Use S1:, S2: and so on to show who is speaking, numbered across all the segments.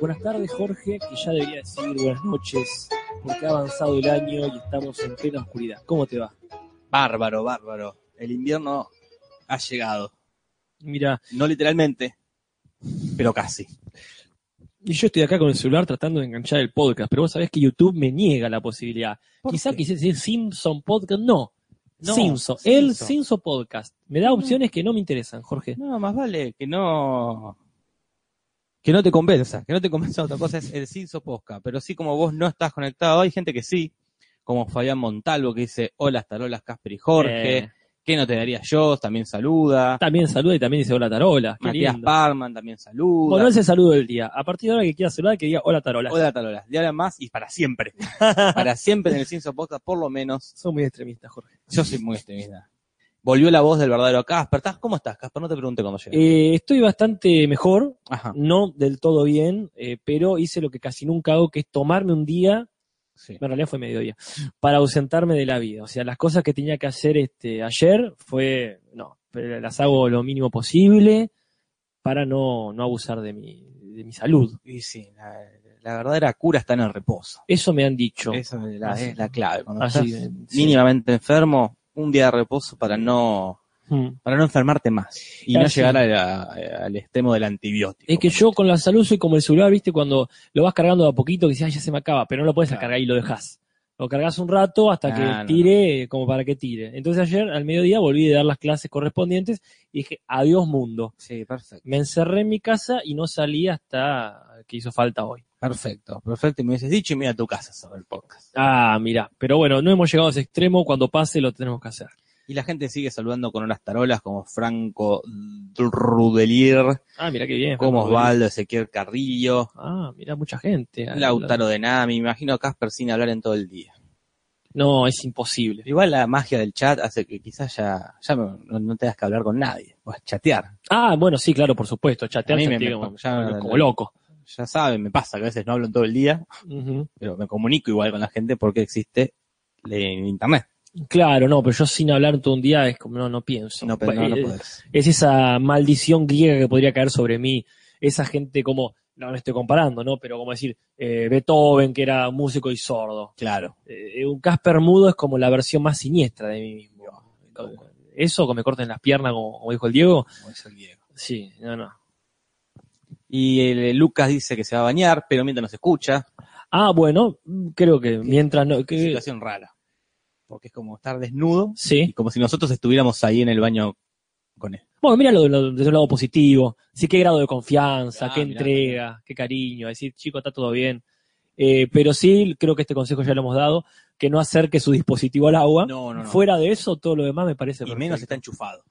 S1: Buenas tardes, Jorge, que ya debería decir buenas noches, porque ha avanzado el año y estamos en plena oscuridad. ¿Cómo te va?
S2: Bárbaro, bárbaro. El invierno ha llegado.
S1: Mira,
S2: No literalmente, pero casi.
S1: y yo estoy acá con el celular tratando de enganchar el podcast, pero vos sabés que YouTube me niega la posibilidad. Quizá quise decir Simpson Podcast, no.
S2: No,
S1: Simpson, el Simpson Podcast. Me da opciones que no me interesan, Jorge.
S2: No, más vale que no. Que no te convenza, que no te convenza otra cosa es el Cinso Posca. Pero sí, como vos no estás conectado, hay gente que sí, como Fabián Montalvo que dice: Hola, tarolas, Casper y Jorge.
S1: Eh.
S2: Que no te daría yo, también saluda.
S1: También saluda y también dice hola Tarola. Qué
S2: Matías
S1: lindo.
S2: Parman también saluda.
S1: Bueno, ese saludo del día. A partir de ahora que quiera saludar, que diga hola Tarola.
S2: Hola, tarolas. De ahora en más y para siempre. para siempre en el Cinso Posca, por lo menos.
S1: Son muy extremistas, Jorge.
S2: Yo soy muy extremista. Volvió la voz del verdadero Casper. ¿Estás- ¿Cómo estás, Casper? No te pregunté cómo llegaste.
S1: Eh, estoy bastante mejor,
S2: Ajá.
S1: no del todo bien, eh, pero hice lo que casi nunca hago, que es tomarme un día,
S2: Sí.
S1: en realidad fue mediodía, para ausentarme de la vida. O sea, las cosas que tenía que hacer este ayer fue, no, pero las hago lo mínimo posible para no, no abusar de mi, de mi salud.
S2: Y sí, la, la verdadera cura está en el reposo.
S1: Eso me han dicho.
S2: Esa es la,
S1: Así.
S2: es la clave. Cuando
S1: Así,
S2: estás
S1: sí.
S2: mínimamente enfermo, un día de reposo para no,
S1: Mm.
S2: para no enfermarte más. Y no
S1: Así.
S2: llegar a la- al extremo del antibiótico.
S1: Es que yo con la salud soy como el celular, ¿viste? Cuando lo vas cargando de a poquito, que dices, "Ay, ya se me acaba, pero no lo puedes
S2: Claro.
S1: cargar y lo dejas. Lo cargas un rato hasta que
S2: Ah, no,
S1: tire, eh, como para que tire. Entonces ayer, al mediodía, volví de dar las clases correspondientes y dije, adiós mundo.
S2: Sí, perfecto.
S1: Me encerré en mi casa y no salí hasta que hizo falta hoy.
S2: Perfecto, perfecto. Y me hubieses dicho, y mira tu casa sobre el podcast.
S1: Ah, mira. Pero bueno, no hemos llegado a ese extremo. Cuando pase, lo tenemos que hacer.
S2: Y la gente sigue saludando con unas tarolas como Franco Rudelier,
S1: Ah, mira qué bien.
S2: como
S1: Fernando.
S2: Osvaldo Ezequiel Carrillo,
S1: Ah, mira, mucha gente.
S2: Lautaro de Nami. Me imagino a Casper sin hablar en todo el día.
S1: No, es imposible.
S2: Igual la magia del chat hace que quizás ya, ya no, no tengas que hablar con nadie, puedes chatear.
S1: Ah, bueno, sí, claro, por supuesto. Chatear,
S2: A mí me- Ah,
S1: chatear
S2: me-
S1: como,
S2: ya-
S1: como loco.
S2: Ya saben, me pasa que a veces no hablo en todo el día,
S1: Ujú.
S2: pero me comunico igual con la gente porque existe en internet.
S1: Claro, no, pero yo sin hablar todo un día es como no, no pienso.
S2: No, pero no, no
S1: Eh,
S2: podés.
S1: es esa maldición griega que podría caer sobre mí. Esa gente como, no, no estoy comparando, ¿no? Pero como decir, eh, Beethoven, que era músico y sordo.
S2: Claro.
S1: Eh, un Casper mudo es como la versión más siniestra de mí mismo. Eso, que me corten las piernas, como, como dijo el Diego.
S2: como es el Diego.
S1: Sí, no, no.
S2: Y el, eh, Lucas dice que se va a bañar, pero mientras nos escucha,
S1: Ah, bueno, mm, creo que mientras no. que-
S2: situación rara. Porque es como estar desnudo y
S1: sí.
S2: como si nosotros estuviéramos ahí en el baño con él.
S1: Bueno, mira lo, lo- desde un lado positivo. Sí, qué grado de confianza,
S2: Ah,
S1: qué
S2: mirá,
S1: entrega, qué cariño. Decir, chico, está todo bien. Eh, pero sí, creo que este consejo ya lo hemos dado, que no acerque su dispositivo al agua.
S2: No, no, no.
S1: Fuera de eso, todo lo demás me parece
S2: y
S1: perfecto.
S2: menos está enchufado.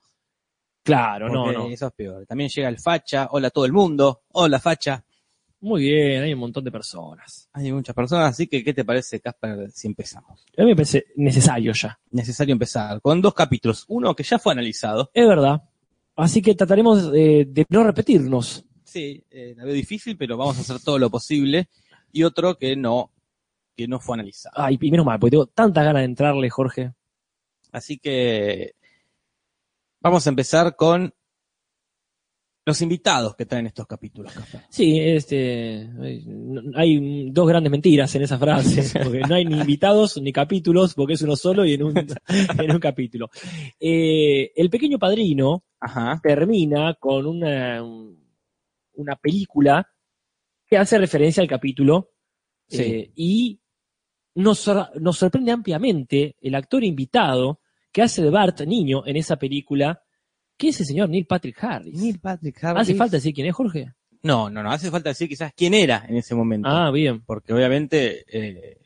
S1: Claro, no,
S2: porque
S1: no.
S2: Eso es peor. También llega el facha, hola a todo el mundo, hola facha.
S1: Muy bien, hay un montón de personas.
S2: Hay muchas personas, así que ¿qué te parece, Casper, si empezamos?
S1: A mí me parece necesario ya.
S2: Necesario empezar con dos capítulos. Uno que ya fue analizado.
S1: Es verdad. Así que trataremos eh, de no repetirnos.
S2: Sí, eh, la veo difícil, pero vamos a hacer todo lo posible. Y otro que no, que no fue analizado.
S1: Ay, y menos mal, porque tengo tantas ganas de entrarle, Jorge.
S2: Así que vamos a empezar con los invitados que traen estos capítulos, Casper.
S1: Sí, este, eh, no- hay dos grandes mentiras en esa frase, porque no hay ni invitados ni capítulos, porque es uno solo y en un, en un capítulo. Eh, el pequeño padrino
S2: Ajá.
S1: termina con una, una película que hace referencia al capítulo
S2: Sí.
S1: eh, y nos, sor- nos sorprende ampliamente el actor invitado que hace de Bart niño en esa película, que es el señor Neil Patrick Harris.
S2: Neil Patrick Harris.
S1: Ah, ¿Hace falta decir quién es, Jorge?
S2: No, no, no. Hace falta decir quizás quién era en ese momento.
S1: Ah, bien.
S2: porque obviamente eh,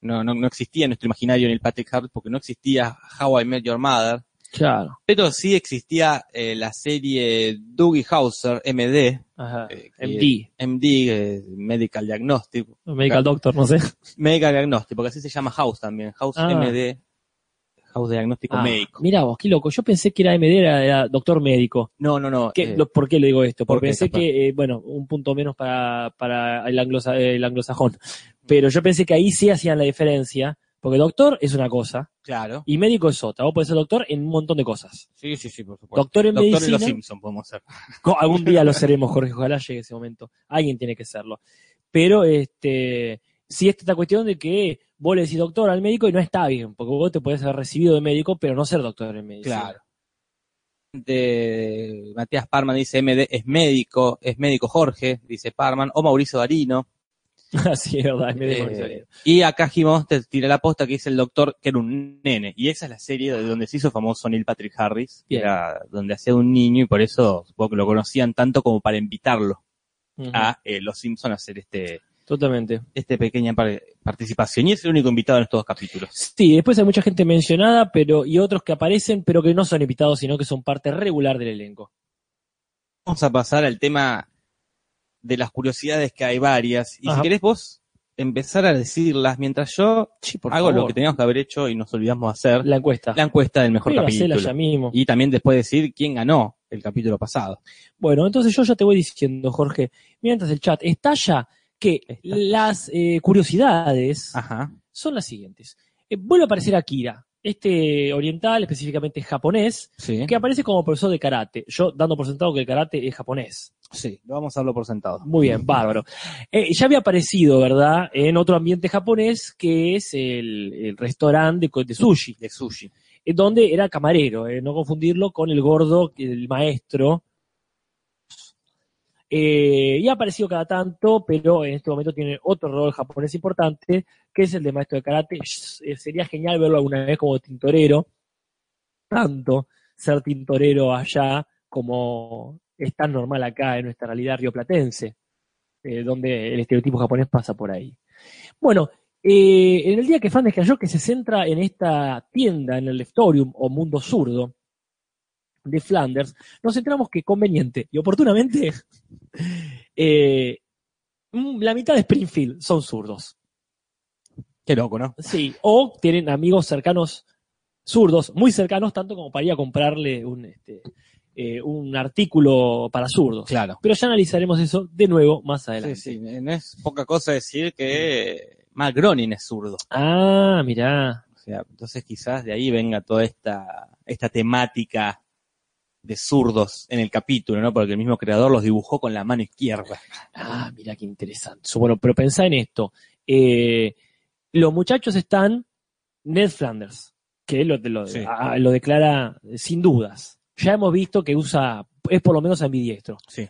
S2: no, no, no existía en nuestro imaginario en el Patrick Harris, porque no existía How I Met Your Mother,
S1: Claro.
S2: pero sí existía eh, la serie Dougie Hauser, MD,
S1: Ajá.
S2: eh, que-
S1: MD,
S2: MD, eh, Medical Diagnostic,
S1: Medical Doctor, no sé.
S2: Medical Diagnostic, porque así se llama House también, House
S1: Ah.
S2: MD, House Diagnóstico Médico.
S1: mira Ah, vos, qué loco. Yo pensé que era MD, era, era doctor médico.
S2: No, no, no.
S1: ¿Qué-
S2: eh,
S1: lo- ¿Por qué le digo esto?
S2: ¿por
S1: Porque
S2: qué,
S1: pensé
S2: capaz?
S1: que, eh, bueno, un punto menos para, para el, anglosa- el anglosajón. Pero yo pensé que ahí sí hacían la diferencia Porque doctor es una cosa
S2: Claro.
S1: y médico es otra. Vos podés ser doctor en un montón de cosas.
S2: Sí, sí, sí, por supuesto.
S1: Doctor en
S2: Doctor y
S1: medicina.
S2: los Simpson podemos ser.
S1: Co- Algún día lo seremos, Jorge. Ojalá llegue ese momento. Alguien tiene que serlo. Pero este, sí es esta cuestión de que vos le decís doctor al médico y no está bien, porque vos te podés haber recibido de médico, pero no ser doctor en medicina.
S2: Claro. De- Matías Parman dice MD es médico, es médico Jorge, dice Parman, o Mauricio Darino.
S1: Así es verdad, es médico.
S2: Eh, y acá Jimos te tira la posta que dice el doctor que era un nene. Y esa es la serie de donde se hizo famoso Neil Patrick Harris, que
S1: Bien.
S2: era donde hacía de un niño y por eso supongo que lo conocían tanto como para invitarlo
S1: Ujú,
S2: a eh, Los Simpson a hacer este,
S1: Totalmente.
S2: este pequeña par- participación. Y es el único invitado en estos dos capítulos.
S1: Sí, después hay mucha gente mencionada, pero, y otros que aparecen, pero que no son invitados, sino que son parte regular del elenco.
S2: Vamos a pasar al tema de las curiosidades que hay varias. Y si
S1: Ajá.
S2: querés vos empezar a decirlas mientras yo
S1: Sí, por
S2: hago
S1: favor.
S2: lo que teníamos que haber hecho y nos olvidamos de hacer. La,
S1: La encuesta.
S2: encuesta del mejor
S1: Pero hacela
S2: capítulo.
S1: ya mismo.
S2: Y también después decir quién ganó el capítulo pasado.
S1: Bueno, entonces yo ya te voy diciendo, Jorge, mientras el chat estalla, que
S2: Estalla. Ah.
S1: las eh, curiosidades
S2: Ajá.
S1: son las siguientes. Eh, vuelve a aparecer Akira, este oriental, específicamente japonés,
S2: Sí.
S1: que aparece como profesor de karate. Yo dando por sentado que el karate es japonés.
S2: Sí, lo vamos a darlo por sentado.
S1: Muy bien, bárbaro. Eh, ya había aparecido, ¿verdad?, en otro ambiente japonés, que es el, el restaurante de, co- de sushi,
S2: De sushi.
S1: eh, donde era camarero, eh, no confundirlo con el gordo, el maestro. Eh, y ha aparecido cada tanto, pero en este momento tiene otro rol japonés importante, que es el de maestro de karate. Sh- eh, sería genial verlo alguna vez como tintorero, tanto ser tintorero allá como es tan normal acá en nuestra realidad rioplatense, eh, donde el estereotipo japonés pasa por ahí. Bueno, eh, en el día que Fran descayó, que se centra en esta tienda, en el Leftorium o Mundo Zurdo de Flanders, nos enteramos que conveniente y oportunamente eh, mm, la mitad de Springfield son zurdos.
S2: Qué loco, ¿no?
S1: Sí, o tienen amigos cercanos, zurdos, muy cercanos, tanto como para ir a comprarle un, este, eh, un artículo para zurdos.
S2: Claro.
S1: Pero ya analizaremos eso de nuevo más
S2: Sí,
S1: adelante.
S2: sí, no es poca cosa decir que Matt Groening es zurdo.
S1: Ah, mirá.
S2: O sea, entonces quizás de ahí venga toda esta, esta temática de zurdos en el capítulo, ¿no? Porque el mismo creador los dibujó con la mano izquierda.
S1: Ah, mira qué interesante. So, Bueno, pero pensá en esto. Eh, los muchachos están Ned Flanders, que lo, lo-
S2: Sí.
S1: a- lo declara sin dudas. Ya hemos visto que usa, es por lo menos ambidiestro.
S2: Sí.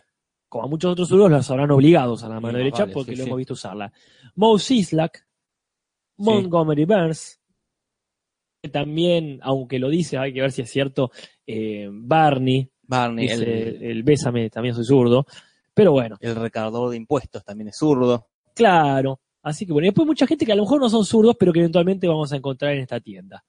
S1: Como a muchos otros uruguayos los habrán obligados a la mano
S2: más
S1: derecha
S2: vale,
S1: porque
S2: sí,
S1: lo
S2: sí.
S1: hemos visto usarla. Mo Sislak, Montgomery Burns, que también, aunque lo dice, hay que ver si es cierto, eh, Barney,
S2: Barney,
S1: dice, el,
S2: el,
S1: Bésame, también soy zurdo. Pero bueno.
S2: el recaudador de impuestos también es zurdo.
S1: Claro. Así que bueno, y después mucha gente que a lo mejor no son zurdos, pero que eventualmente vamos a encontrar en esta tienda.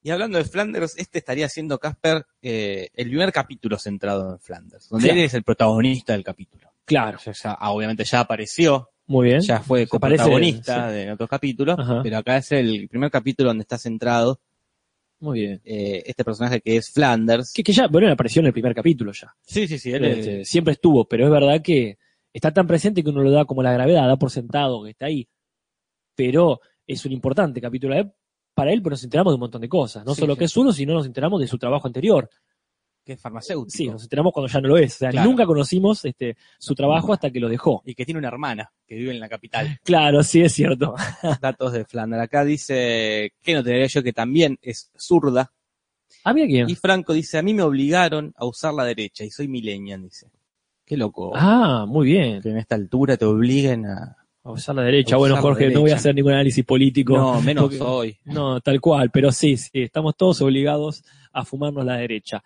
S2: Y hablando de Flanders, este estaría siendo Casper eh, el primer capítulo centrado en Flanders, donde
S1: Claro.
S2: él es el protagonista del capítulo.
S1: Claro.
S2: Ya, ya- ah, obviamente ya apareció,
S1: Muy bien.
S2: ya fue
S1: aparece,
S2: coprotagonista de- en otros capítulos,
S1: Ajá.
S2: pero acá es el primer capítulo donde está centrado
S1: Muy bien.
S2: eh, este personaje que es Flanders.
S1: Que, que ya, bueno, apareció en el primer capítulo ya.
S2: Sí, sí, sí, él es-
S1: Este, siempre estuvo, pero es verdad que está tan presente que uno lo da como la gravedad, da por sentado que está ahí. Pero es un importante capítulo eh, para él, pero nos enteramos de un montón de cosas. No
S2: Sí,
S1: solo
S2: sí.
S1: que es zurdo, sino nos enteramos de su trabajo anterior.
S2: que es farmacéutico.
S1: Sí, nos enteramos cuando ya no lo es. O sea,
S2: Claro.
S1: nunca conocimos este, su trabajo hasta que lo dejó.
S2: y que tiene una hermana que vive en la capital.
S1: Claro, sí, es cierto.
S2: Datos de Flanders. Acá dice que no tendría yo que también es zurda.
S1: Había quien.
S2: Y Franco dice, a mí me obligaron a usar la derecha y soy millennial, dice. Qué loco.
S1: Ah, muy bien.
S2: Que en esta altura te obliguen a...
S1: A usar la derecha.
S2: A
S1: Bueno,
S2: usar la
S1: Jorge,
S2: derecha.
S1: no voy a hacer ningún análisis político. No.
S2: No, menos
S1: porque-
S2: hoy.
S1: tal cual, pero sí, sí, estamos todos obligados a fumarnos la derecha.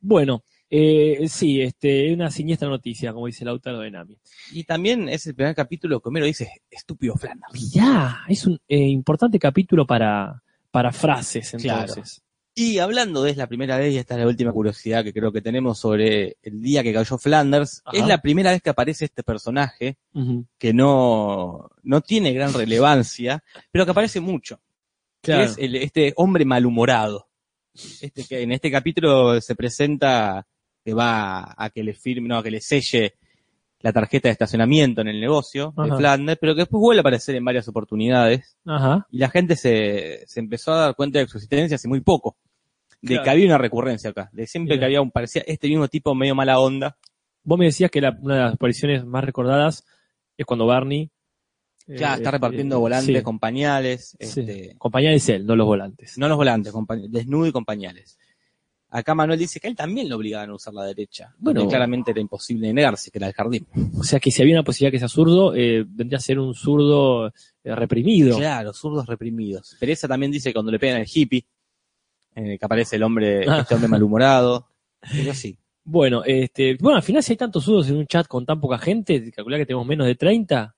S1: Bueno, eh, sí, este, una siniestra noticia, como dice Lautaro de Nami.
S2: Y también es el primer capítulo que Homero dice, estúpido Flanders.
S1: Mirá, es un eh, importante capítulo para, para frases,
S2: Claro.
S1: entonces.
S2: Y hablando de es la primera vez, y esta es la última curiosidad que creo que tenemos sobre el día que cayó Flanders,
S1: Ajá.
S2: es la primera vez que aparece este personaje
S1: Ujú.
S2: que no, no tiene gran relevancia, pero que aparece mucho. que es
S1: Que es-
S2: el- este hombre malhumorado. Este que en este capítulo se presenta que va a que le firme, no, a que le selle la tarjeta de estacionamiento en el negocio de
S1: Ajá.
S2: Flanders, pero que después vuelve a aparecer en varias oportunidades
S1: Ajá.
S2: y la gente se, se empezó a dar cuenta de su existencia hace muy poco. De
S1: Claro.
S2: que había una recurrencia acá, de siempre que
S1: Bien.
S2: había un, parecía este mismo tipo medio mala onda.
S1: Vos me decías que la- una de las apariciones más recordadas es cuando Barney. eh,
S2: Claro, está
S1: eh,
S2: repartiendo
S1: eh,
S2: volantes
S1: sí,
S2: con pañales,
S1: sí.
S2: este,
S1: Compañía de Cell, no los volantes.
S2: no los volantes, con pañ- desnudo y con pañales. Acá Manuel dice que a él también lo obligaban a usar la derecha.
S1: Bueno.
S2: Bueno, claramente era imposible negarse que era el jardín.
S1: O sea que si había una posibilidad que sea zurdo, eh, vendría a ser un zurdo eh, reprimido.
S2: Claro, zurdos reprimidos. Pereza también dice que cuando le pegan al hippie, eh, que aparece el hombre,
S1: Ah.
S2: este hombre malhumorado. Pero sí.
S1: Bueno, este, bueno, al final si hay tantos zurdos en un chat con tan poca gente, calcular que tenemos menos de 30.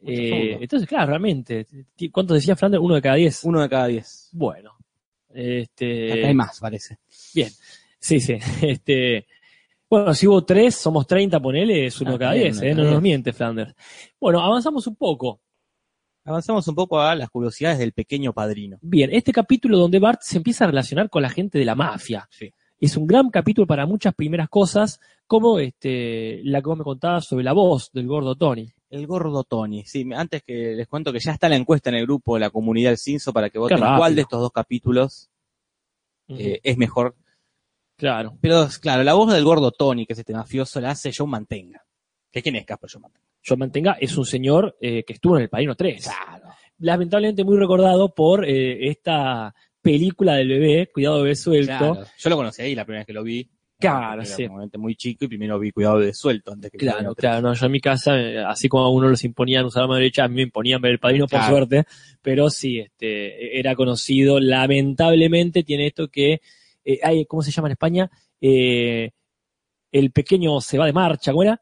S2: Mucho
S1: eh,
S2: zurdo.
S1: entonces, claro, realmente. ¿Cuántos decía Flanders? Uno de cada diez.
S2: Uno de cada diez. Eh,
S1: Bueno. Este,
S2: Acá hay más, parece.
S1: Sí, sí. Este, bueno, si hubo tres, somos 30, ponele, es uno
S2: Ah,
S1: cada
S2: bien,
S1: diez,
S2: uno
S1: eh,
S2: cada
S1: no nos
S2: diez.
S1: miente Flanders. Bueno, avanzamos un poco.
S2: Avanzamos un poco a las curiosidades del pequeño padrino.
S1: Bien, este capítulo donde Bart se empieza a relacionar con la gente de la mafia.
S2: Sí.
S1: Es un gran capítulo para muchas primeras cosas, como este, la que vos me contabas sobre la voz del gordo Tony.
S2: El gordo Tony. Sí, me- antes que les cuento que ya está la encuesta en el grupo de la comunidad del Cinso para que voten
S1: rápido.
S2: cuál de estos dos capítulos eh, es mejor.
S1: claro.
S2: Pero claro, la voz del gordo Tony, que es este mafioso, la hace John Mantenga. ¿Que quién es Casper John Mantenga?
S1: John Mantenga es un señor eh, que estuvo en el Padrino 3.
S2: Claro.
S1: Lamentablemente muy recordado por eh, esta película del bebé, Cuidado bebé suelto.
S2: Claro. Yo lo conocí ahí la primera vez que lo vi.
S1: Claro,
S2: Era
S1: sí.
S2: realmente muy chico y primero vi cuidado de suelto antes que
S1: Claro,
S2: Cuidado
S1: claro, no, yo en mi casa, eh, así como a uno los imponían usar la mano derecha, a mí me imponían ver el padrino por
S2: Claro.
S1: suerte, pero sí, este, era conocido, lamentablemente tiene esto que, eh, ay, ¿cómo se llama en España? Eh, el pequeño se va de marcha, ¿cómo era?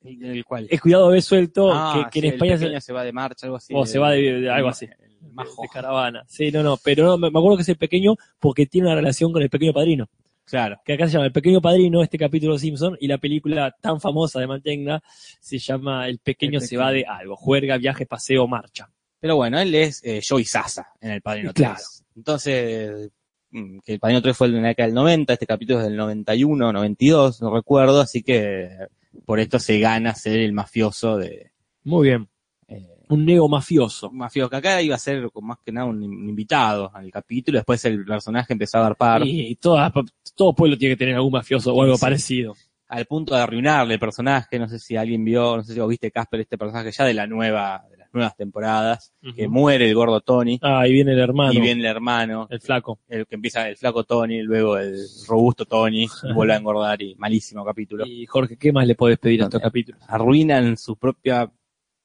S2: de Suelto. ¿El cual?
S1: El cuidado de suelto,
S2: Ah,
S1: que, que
S2: sí,
S1: en España
S2: el
S1: se-
S2: pequeño se... va de marcha, algo así.
S1: o se va de, de- de algo así. De caravana. Sí, no, no, pero no, me me acuerdo que es el pequeño porque tiene una relación con el pequeño padrino.
S2: Claro.
S1: que acá se llama El Pequeño Padrino, este capítulo de Simpson, y la película tan famosa de Mantegna se llama El Pequeño
S2: El
S1: se
S2: Pequeño.
S1: va de algo, juerga, viaje, paseo, marcha.
S2: Pero bueno, él es eh, Joey Sasa en El Padrino 3.
S1: Claro.
S2: Entonces, mm, que El Padrino 3 fue en la década del 90, este capítulo es del 91, 92, no recuerdo, así que por esto se gana ser el mafioso de...
S1: Muy bien.
S2: eh,
S1: Un neo mafioso.
S2: mafioso, que acá iba a ser como más que nada un in- invitado al capítulo, después el personaje empezó a garpar.
S1: Y toda- todo pueblo tiene que tener algún mafioso o algo
S2: Sí.
S1: parecido.
S2: al punto de arruinarle el personaje. No sé si alguien vio, no sé si vos viste Casper, este personaje ya de la nueva, de las nuevas temporadas, que
S1: Ujú.
S2: muere el gordo Tony,
S1: Ah, y viene el hermano,
S2: y viene el hermano,
S1: el flaco.
S2: el que empieza el flaco Tony, luego el robusto Tony, y vuelve a engordar y malísimo capítulo.
S1: Y Jorge, ¿qué más le podés pedir a
S2: No,
S1: estos
S2: eh.
S1: capítulos?
S2: Arruinan su propia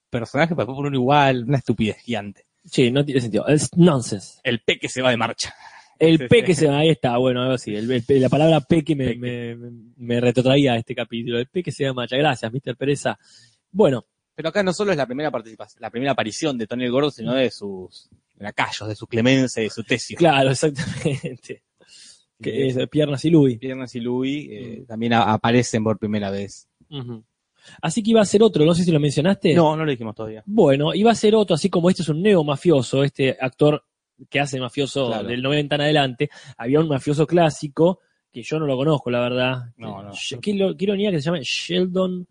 S2: personaje para poner uno igual, una estupidez gigante.
S1: Sí, no tiene sentido. Es nonsense.
S2: El peque se va de marcha.
S1: El
S2: Sí,
S1: peque
S2: sí.
S1: se va, ahí está, bueno, algo así. El- el- la palabra peque me,
S2: Peque.
S1: me- me- me retrotraía a este capítulo. El peque se va de marcha. Gracias, Mr. Pereza. Bueno,
S2: Pero acá no solo es la primera participación, la primera aparición de Tony el Gordo, sino de sus lacayos, de su clemencia, de su tesio.
S1: Claro, exactamente. Que
S2: Eh,
S1: es de Piernas y Louis.
S2: Piernas y Louis eh, también a- aparecen por primera vez.
S1: Ujú. Así que iba a ser otro, no sé si lo mencionaste.
S2: No, no lo dijimos todavía.
S1: Bueno, iba a ser otro, así como este es un neo mafioso, este actor que hace mafioso
S2: Claro.
S1: del 90 en adelante, había un mafioso clásico que yo no lo conozco, la verdad.
S2: No, no.
S1: Sh- Qué, lo- qué ironía que se llame Sheldon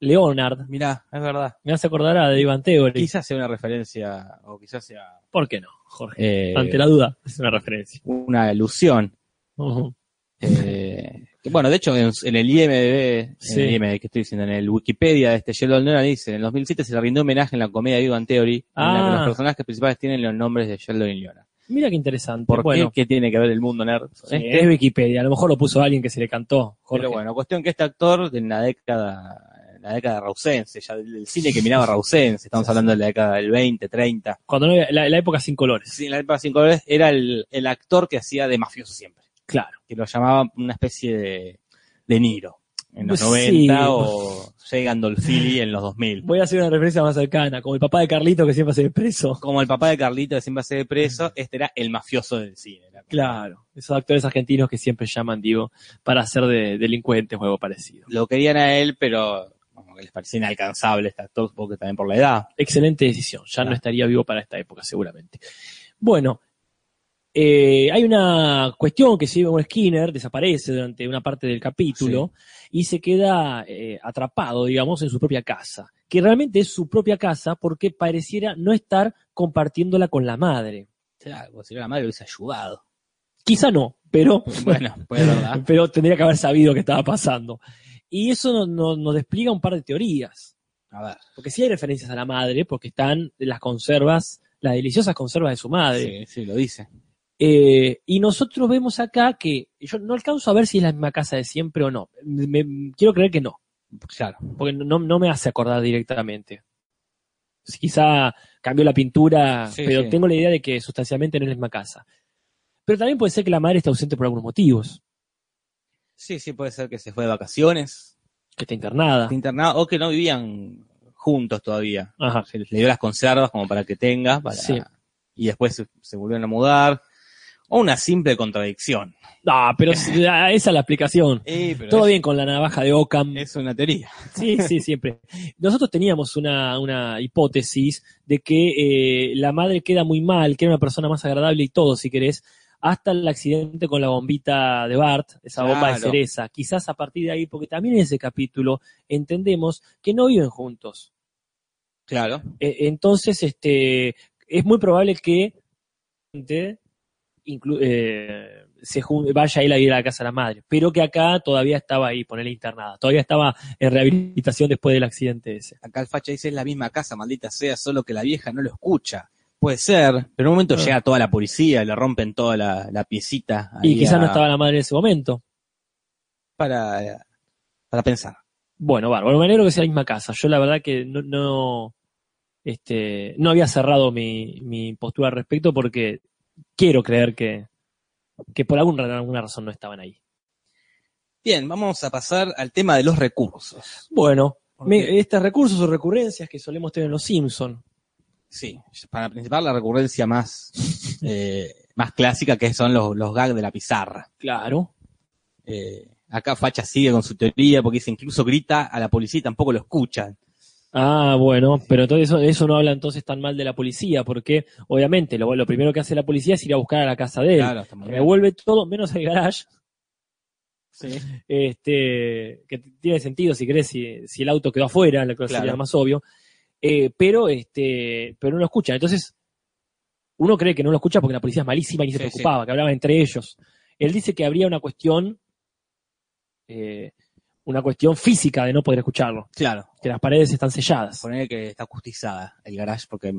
S1: Leonard.
S2: Mirá, es verdad.
S1: Me hace acordar a The Ivan Theory.
S2: Quizás sea una referencia, o quizás sea
S1: ¿Por qué no, Jorge?
S2: eh,
S1: Ante la duda, es una referencia.
S2: una ilusión.
S1: Ujú.
S2: eh, que, bueno, de hecho, en, en el IMDB,
S1: Sí.
S2: en el IMDb que estoy diciendo, en el Wikipedia de este Sheldon Nolan dice, en el 2007 se le rindió homenaje en la comedia Viva en Theory, en la
S1: Ah.
S2: que los personajes principales tienen los nombres de Sheldon y Leona.
S1: Mira qué interesante.
S2: ¿Por
S1: bueno,
S2: qué? ¿Qué tiene que ver el mundo nerd?
S1: este es Wikipedia, a lo mejor lo puso alguien que se le cantó, Jorge.
S2: Pero bueno, cuestión que este actor en la década, en la década rausense, ya del del cine que miraba rausense, estamos
S1: Sí,
S2: hablando de la década del 20, 30.
S1: Cuando no había- la, la época sin colores.
S2: Sí, en la época de cinco dólares era el, el actor que hacía de mafioso siempre,
S1: Claro.
S2: que lo llamaban una especie de, de Niro en los
S1: Sí.
S2: 90 o Jay Gandolfini en los 2000.
S1: Voy a hacer una referencia más cercana, como el papá de Carlito que siempre se preso.
S2: Como el papá de Carlito que siempre hace de preso, este era el mafioso del cine. era como
S1: Claro. Esos actores argentinos que siempre llaman, digo, para ser de, delincuentes o algo parecido.
S2: Lo querían a él, pero como que les parecía inalcanzable este actor, supongo que también por la edad.
S1: Excelente decisión. Ya no
S2: Claro.
S1: estaría vivo para esta época, seguramente. Bueno, Eh, hay una cuestión que Seymour Skinner desaparece durante una parte del capítulo y se queda eh, atrapado, digamos, en su propia casa, que realmente es su propia casa porque pareciera no estar compartiéndola con la madre.
S2: Será, o será la madre lo hubiese ayudado.
S1: Quizá no, pero
S2: Bueno, pues verdad.
S1: pero tendría que haber sabido que estaba pasando. Y eso no- no- nos despliega un par de teorías,
S2: A ver.
S1: porque sí hay referencias a la madre, porque están las conservas, las deliciosas conservas de su madre.
S2: Sí, Ah, sí, lo dice.
S1: Eh, y nosotros vemos acá que yo no alcanzo a ver si es la misma casa de siempre o no. Me- me- quiero creer que no,
S2: Claro.
S1: porque no, no me hace acordar directamente. Si quizá cambió la pintura,
S2: Sí,
S1: pero
S2: sí.
S1: tengo la idea de que sustancialmente no es la misma casa. Pero también puede ser que la madre está ausente por algunos motivos,
S2: Sí, sí, puede ser que se fue de vacaciones,
S1: que está internada.
S2: de internado, o que no vivían juntos todavía.
S1: Ajá.
S2: Se les- le dio las conservas como para que tenga, para-
S1: Sí.
S2: y después se, se volvieron a mudar. O una simple contradicción.
S1: Ah, pero s- ah, esa es la explicación. Todo
S2: es,
S1: bien con la navaja de Ockham.
S2: es una teoría.
S1: Sí, sí, siempre. Nosotros teníamos una, una hipótesis de que eh, la madre queda muy mal, que era una persona más agradable y todo, si querés, hasta el accidente con la bombita de Bart, esa bomba de
S2: Claro.
S1: cereza. Quizás a partir de ahí, porque también en ese capítulo entendemos que no viven juntos.
S2: Claro.
S1: Eh, entonces, este, es muy probable que gente inclu- eh, se jun- vaya él a ir a la casa de la madre, pero que acá todavía estaba ahí, ponerle internada, todavía estaba en rehabilitación después del accidente ese.
S2: Acá el facha dice es la misma casa, maldita sea, solo que la vieja no lo escucha. Puede ser, pero en un momento
S1: Ah.
S2: llega toda la policía, le rompen toda la, la piecita.
S1: Y
S2: ahí
S1: quizás
S2: a-
S1: no estaba la madre en ese momento.
S2: Para, para pensar.
S1: Bueno, bárbaro, me alegro que sea la misma casa. Yo la verdad que no, no, este, no había cerrado mi, mi postura al respecto porque quiero creer que, que por algún- alguna razón no estaban ahí.
S2: Bien, vamos a pasar al tema de los recursos.
S1: Bueno, me-
S2: Porque-
S1: estos recursos o recurrencias que solemos tener en los Simpsons.
S2: Sí, para principal la recurrencia más, eh, más clásica que son los, los gags de la pizarra.
S1: Claro.
S2: Eh, acá Facha sigue con su teoría porque dice incluso grita a la policía y tampoco lo escuchan.
S1: Ah, bueno, pero entonces eso, eso no habla entonces tan mal de la policía, porque obviamente lo, lo primero que hace la policía es ir a buscar a la casa de él.
S2: Claro, está muy bien.
S1: Revuelve todo menos el garage,
S2: Sí.
S1: este, que t- tiene sentido si querés, si, si el auto quedó afuera, lo que sería
S2: Claro.
S1: más obvio, Eh, pero este, pero no lo escuchan. Entonces, uno cree que no lo escucha porque la policía es malísima y ni se
S2: Sí, sí.
S1: preocupaba, que hablaba entre ellos. Él dice que habría una cuestión, eh, una cuestión física de no poder escucharlo,
S2: Claro,
S1: que las paredes están selladas.
S2: poner que está acustizada el garage porque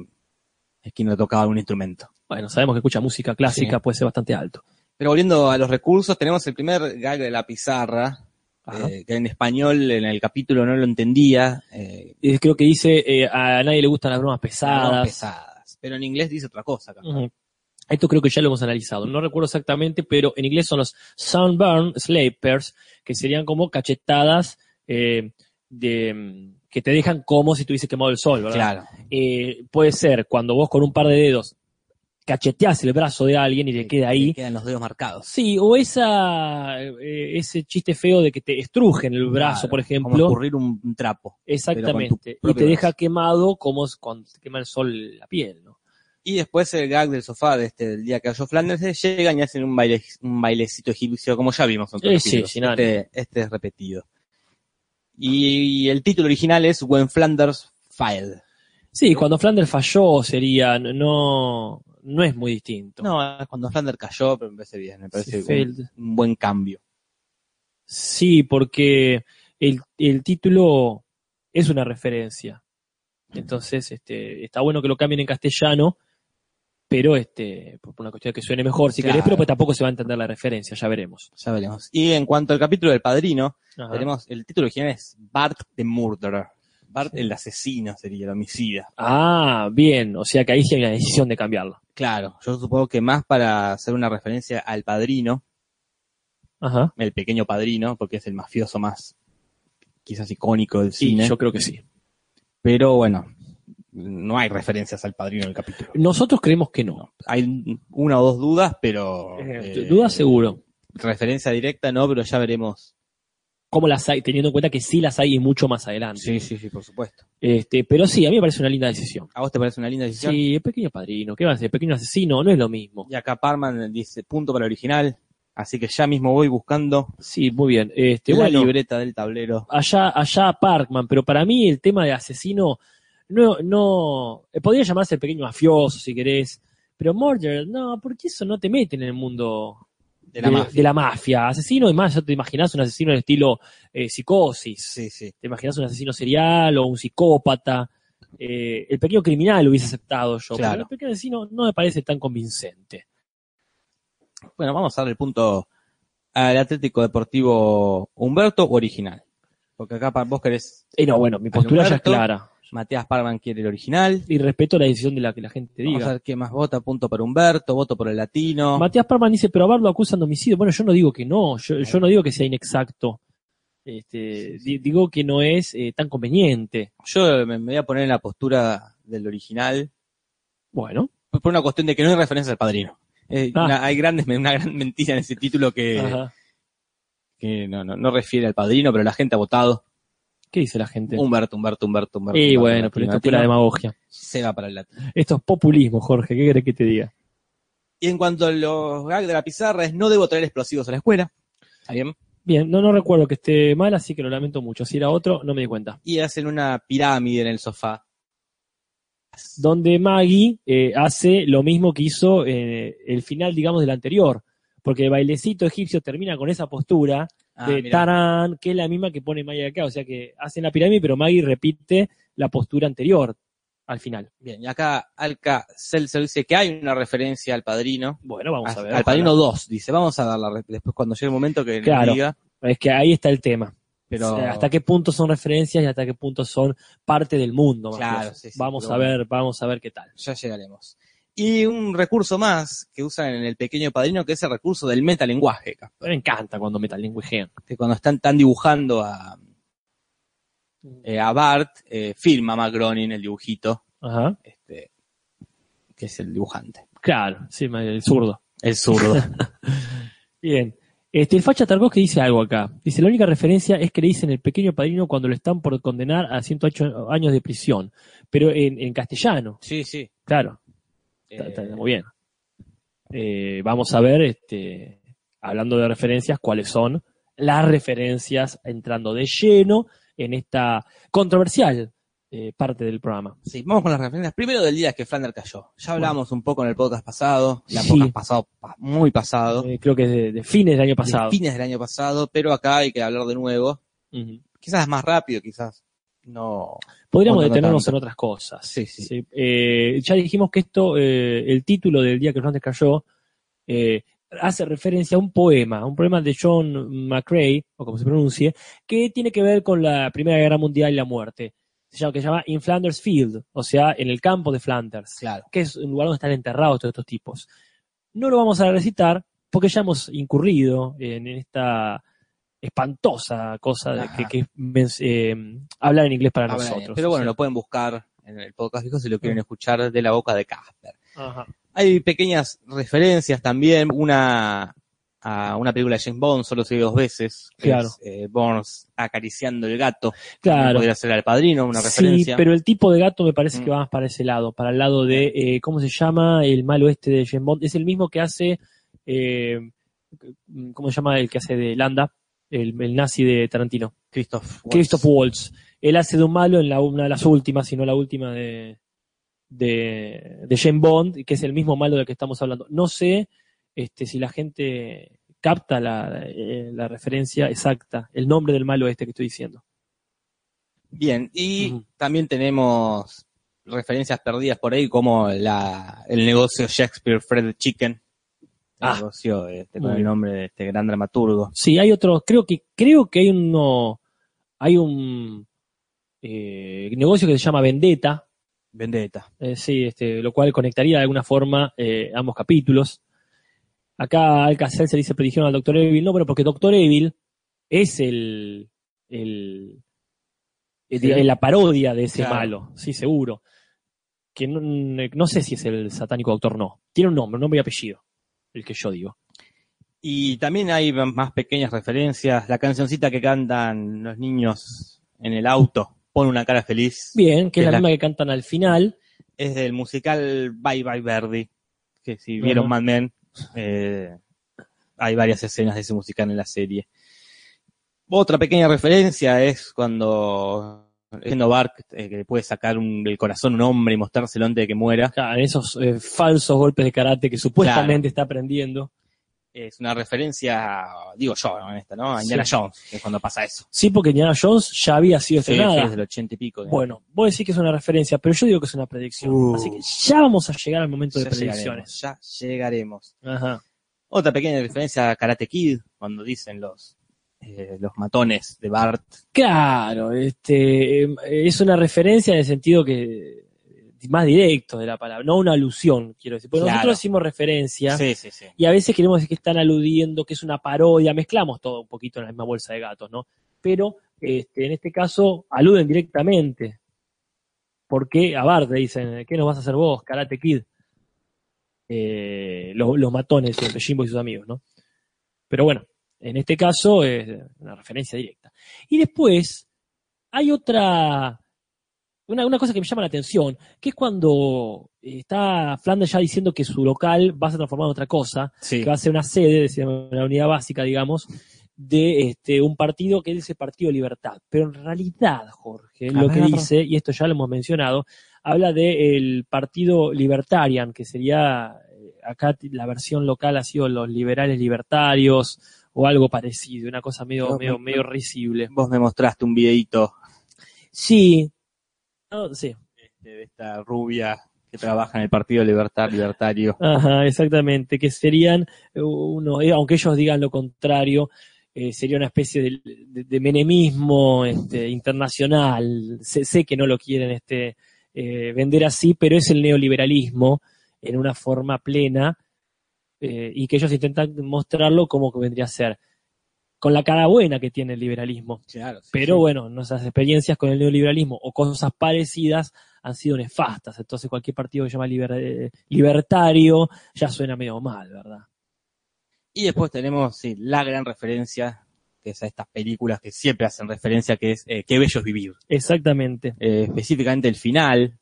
S2: es quien no tocaba un instrumento.
S1: Bueno, sabemos que escucha música clásica, puede ser bastante alto.
S2: Pero volviendo a los recursos, tenemos el primer gag de la pizarra,
S1: Ajá.
S2: eh, que en español en el capítulo no lo entendía, eh,
S1: Y creo que dice, eh, a nadie le gustan las bromas pesadas.
S2: Armas pesadas. Pero en inglés dice otra cosa. acá.
S1: Ujú. Esto creo que ya lo hemos analizado. No recuerdo exactamente, pero en inglés son los sunburn slapers, que serían como cachetadas eh, de mm, que te dejan como si tuviese quemado el sol, ¿verdad?
S2: Claro.
S1: Eh, puede ser cuando vos con un par de dedos cacheteás el brazo de alguien y le queda ahí.
S2: Le Quedan los dedos marcados.
S1: Sí, o esa, eh, ese chiste feo de que te estrujen el brazo, por
S2: Claro, Como
S1: ejemplo.
S2: escurrir un, un trapo.
S1: Exactamente. Y
S2: propio
S1: te
S2: brazo.
S1: deja quemado como es cuando te quema el sol la piel, ¿no?
S2: Y después el gag del sofá de este, del día que cayó Flanders, eh, llegan y hacen un, baile, un bailecito egipcio, como ya vimos en otros
S1: Eh, sí,
S2: capítulos.
S1: sin ánimo.
S2: este, este es repetido. Y, y el título original es When Flanders Failed.
S1: Sí, cuando Flanders falló sería, no, no es muy distinto.
S2: No, es cuando Flanders cayó, pero me parece bien, me parece un,
S1: Feld-
S2: un buen cambio.
S1: Sí, porque el, el título es una referencia. Entonces, este, está bueno que lo cambien en castellano, pero este, por una cuestión de que suene mejor, si querés,
S2: Claro.
S1: pero pues tampoco se va a entender la referencia, ya veremos.
S2: Ya veremos. Y en cuanto al capítulo del padrino,
S1: Ajá.
S2: Tenemos, el título original es Bart the Murderer. Bart el asesino sería el homicida.
S1: Ah, bien, o sea que ahí sí hay una decisión de cambiarlo.
S2: Claro, yo supongo que más para hacer una referencia al padrino,
S1: Ajá.
S2: el pequeño padrino, porque es el mafioso más quizás icónico del
S1: Sí,
S2: cine.
S1: yo creo que sí.
S2: Pero bueno, no hay referencias al padrino en el capítulo.
S1: Nosotros creemos que no.
S2: Hay una o dos dudas, pero...
S1: Eh,
S2: eh,
S1: Duda seguro.
S2: Referencia directa no, pero ya veremos
S1: cómo las hay, teniendo en cuenta que sí las hay y mucho más adelante.
S2: Sí, sí, sí, por supuesto.
S1: Este, pero sí, a mí me parece una linda decisión.
S2: ¿A vos te parece una linda decisión?
S1: Sí, el pequeño padrino, ¿qué va a ser? Pequeño asesino, no es lo mismo.
S2: Y acá Parman dice punto para el original. Así que ya mismo voy buscando
S1: Sí, muy bien. Este,
S2: la
S1: bueno,
S2: libreta del tablero.
S1: allá, allá Parkman, pero para mí el tema de asesino no, no, eh, podría llamarse el pequeño mafioso si querés, pero Murder, no, porque eso no te mete en el mundo
S2: De la mafia.
S1: mafia. Asesino y más, ya te imaginás un asesino del estilo eh, psicosis.
S2: Sí, sí.
S1: Te imaginás un asesino serial o un psicópata. Eh, el pequeño criminal lo hubiese aceptado yo,
S2: Claro.
S1: pero el pequeño asesino no me parece tan convincente.
S2: Bueno, vamos a darle el punto al Atlético Deportivo Humberto original. Porque acá Par- vos querés,
S1: Eh, no, bueno, mi postura ya es
S2: Alberto.
S1: clara.
S2: Matías Parman quiere el original.
S1: Y respeto la decisión de la que la gente diga.
S2: Vamos a ver qué más vota. Punto para Humberto, voto por el latino.
S1: Matías Parman dice, pero a Barr lo acusan de homicidio. Bueno, yo no digo que no, yo, yo no digo que sea inexacto. Este, di- digo que no es eh, tan conveniente.
S2: Yo me, me voy a poner en la postura del original
S1: Bueno,
S2: por una cuestión de que no hay referencia al padrino. Eh,
S1: Ah.
S2: una- hay grandes, una gran mentira en ese título que,
S1: ajá.
S2: que no, no, no refiere al padrino, pero la gente ha votado.
S1: ¿qué dice la gente?
S2: Humberto, Humberto, Humberto, Humberto.
S1: y
S2: Humberto,
S1: bueno,
S2: latino,
S1: pero esto es
S2: latino.
S1: pura demagogia.
S2: Se va para el latino.
S1: Esto es populismo, Jorge, ¿qué querés que te diga?
S2: Y en cuanto a los gags de la pizarra, es no debo traer explosivos a la escuela. ¿Está bien?
S1: Bien, no, no recuerdo que esté mal, así que lo lamento mucho. Si era otro, no me di cuenta.
S2: Y hacen una pirámide en el sofá.
S1: Donde Maggie eh, hace lo mismo que hizo eh, el final, digamos, del anterior. Porque el bailecito egipcio termina con esa postura
S2: Ah,
S1: de
S2: mirá.
S1: Tarán, que es la misma que pone Maggie acá. O sea que hacen la pirámide, pero Maggie repite la postura anterior al final.
S2: Bien, y acá Alca Celso dice que hay una referencia al padrino.
S1: Bueno, vamos a,
S2: Al-
S1: ver.
S2: al
S1: ojalá.
S2: padrino 2, dice. Vamos a darla re- después cuando llegue el momento que nos
S1: Claro.
S2: diga.
S1: Es que ahí está el tema.
S2: Pero
S1: O sea, hasta qué punto son referencias y hasta qué punto son parte del mundo. más
S2: Claro,
S1: que eso.
S2: sí, sí,
S1: vamos
S2: pero
S1: a ver, vamos a ver qué tal.
S2: ya llegaremos. Y un recurso más que usan en el pequeño padrino, que es el recurso del metalenguaje. acá.
S1: Me encanta cuando metalenguajean.
S2: Que cuando están, están dibujando a, eh, a Bart, eh, firma Macronin el dibujito,
S1: Ajá.
S2: este, que es el dibujante.
S1: Claro, sí, el zurdo.
S2: El zurdo.
S1: Bien. Este, el Facha que dice algo acá. Dice, la única referencia es que le dicen el pequeño padrino cuando lo están por condenar a 108 años de prisión. Pero en- en castellano,
S2: sí, sí.
S1: claro.
S2: Eh,
S1: Está, está muy bien. Eh, vamos a ver, este, hablando de referencias, cuáles son las referencias entrando de lleno en esta controversial eh, parte del programa.
S2: Sí, vamos con las referencias. Primero del día que Flander cayó. Ya hablábamos un poco en el podcast pasado, la
S1: Sí.
S2: podcast pasado, pa- muy pasado,
S1: Eh, creo que es de, de fines del año pasado.
S2: de fines del año pasado, pero acá hay que hablar de nuevo.
S1: Ujú.
S2: Quizás más rápido, quizás no.
S1: Podríamos
S2: Bueno, no
S1: detenernos
S2: tanto.
S1: en otras cosas.
S2: Sí, sí.
S1: Eh, ya dijimos que esto, eh, el título del día que Hernández cayó, eh, hace referencia a un poema, un poema de John McRae, o como se pronuncie, que tiene que ver con la Primera Guerra Mundial y la muerte. Se llama, que se llama In Flanders Field, o sea, en el campo de Flanders,
S2: Claro.
S1: que es un lugar donde están enterrados todos estos tipos. No lo vamos a recitar porque ya hemos incurrido en esta espantosa cosa de que,
S2: Ajá.
S1: que es men- eh, hablar en inglés para
S2: Habla bien.
S1: nosotros.
S2: Pero bueno,
S1: Sí. Mm.
S2: lo pueden buscar en el podcast viejo si lo quieren escuchar de la boca de Casper.
S1: Ajá.
S2: Hay pequeñas referencias también, una a una película de James Bond, solo se ve dos veces, que
S1: Claro.
S2: es, eh, Bonds acariciando el gato.
S1: Claro.
S2: Podría ser al padrino, una
S1: Sí,
S2: referencia.
S1: pero el tipo de gato me parece que
S2: Mm.
S1: va más para ese lado, para el lado de, eh, ¿cómo se llama? El malo este de James Bond. Es el mismo que hace, eh, ¿cómo se llama? El que hace de Landa, el, el nazi de Tarantino.
S2: Christoph Waltz.
S1: Christoph Waltz. Él hace de un malo en la, una de las últimas, si no la última de, de, de James Bond, que es el mismo malo del que estamos hablando. No sé este, si la gente capta la, eh, la referencia exacta, el nombre del malo este que estoy diciendo.
S2: Bien, y
S1: Ujú.
S2: también tenemos referencias perdidas por ahí, como la, el negocio Shakespeare Fred Chicken. El
S1: Ah.
S2: negocio este,
S1: Muy
S2: con el
S1: bien.
S2: nombre de este gran dramaturgo.
S1: Sí, hay otros, creo que, creo que hay uno, hay un eh, negocio que se llama Vendetta,
S2: Vendetta.
S1: eh, sí, este, lo cual conectaría de alguna forma eh, ambos capítulos. Acá Alcacel se dice, pero dijeron al Doctor Evil, no, pero porque Doctor Evil es el, el, eh,
S2: Sí.
S1: diga- la parodia de ese
S2: Claro.
S1: malo, sí, seguro. Que no, no sé si es el satánico doctor, no. Tiene un nombre, un nombre y apellido, el que yo digo.
S2: Y también hay m- más pequeñas referencias. La cancioncita que cantan los niños en el auto, pon una cara feliz,
S1: Bien, que es la,
S2: Que la-
S1: misma que cantan al final.
S2: es del musical Bye Bye Verdi. Que si
S1: Ajá.
S2: vieron Mad Men, eh, hay varias escenas de ese musical en la serie. Otra pequeña referencia es cuando siendo Bart eh, que le puede sacar un- del corazón un hombre y mostrárselo antes de que muera.
S1: Claro, esos eh, falsos golpes de karate que supuestamente está aprendiendo.
S2: Es una referencia, digo yo, ¿no? en esta, ¿no? A Indiana
S1: Sí.
S2: Jones, que es cuando pasa eso.
S1: Sí, porque Indiana Jones ya había sido
S2: Sí, sí,
S1: estrenada.
S2: es del ochenta y pico. digamos.
S1: bueno, vos decís que es una referencia, pero yo digo que es una predicción.
S2: Uh.
S1: Así que ya vamos a llegar al momento de
S2: ya
S1: predicciones.
S2: llegaremos, ya llegaremos.
S1: Ajá.
S2: Otra pequeña referencia a Karate Kid, cuando dicen los, eh, los matones de Bart.
S1: Claro, este, eh, es una referencia en el sentido que más directo de la palabra, no una alusión, quiero decir. Porque
S2: Claro.
S1: nosotros decimos referencia
S2: Sí, sí, sí.
S1: y a veces queremos decir que están aludiendo, que es una parodia, mezclamos todo un poquito en la misma bolsa de gatos, ¿no? Pero este, en este caso aluden directamente. Porque a Bart le dicen, ¿qué nos vas a hacer vos, Karate Kid? Eh, lo- los, matones siempre, Jimbo y sus amigos, ¿no? Pero bueno, en este caso es una referencia directa. Y después hay otra, una, una cosa que me llama la atención, que es cuando eh, está Flanders ya diciendo que su local va a ser transformado en otra cosa,
S2: Sí.
S1: que va a ser una sede, es decir, una unidad básica, digamos, de este, un partido que dice Partido Libertad. Pero en realidad, Jorge, lo que
S2: ver.
S1: dice, y esto ya lo hemos mencionado, habla del Partido Libertarian, que sería, eh, acá t- la versión local ha sido los liberales libertarios o algo parecido, una cosa medio,
S2: Pero-
S1: medio, medio risible.
S2: Vos me mostraste un videito
S1: Sí. No, sí.
S2: este, de esta rubia que trabaja en el Partido Libertar Libertario.
S1: Ajá, exactamente, que serían eh, uno, eh, aunque ellos digan lo contrario, eh, sería una especie de, de- de menemismo este, internacional. Sé, sé que no lo quieren este, eh, vender así, pero es el neoliberalismo en una forma plena eh, y que ellos intentan mostrarlo como que vendría a ser, con la cara buena que tiene el liberalismo.
S2: Claro. sí,
S1: Pero
S2: sí.
S1: bueno, nuestras experiencias con el neoliberalismo o cosas parecidas han sido nefastas. Entonces cualquier partido que se llama liber- eh, libertario ya suena medio mal, ¿verdad?
S2: Y después tenemos sí, la gran referencia, que es a estas películas que siempre hacen referencia, que es eh, Qué bello es vivir.
S1: Exactamente.
S2: eh, específicamente el final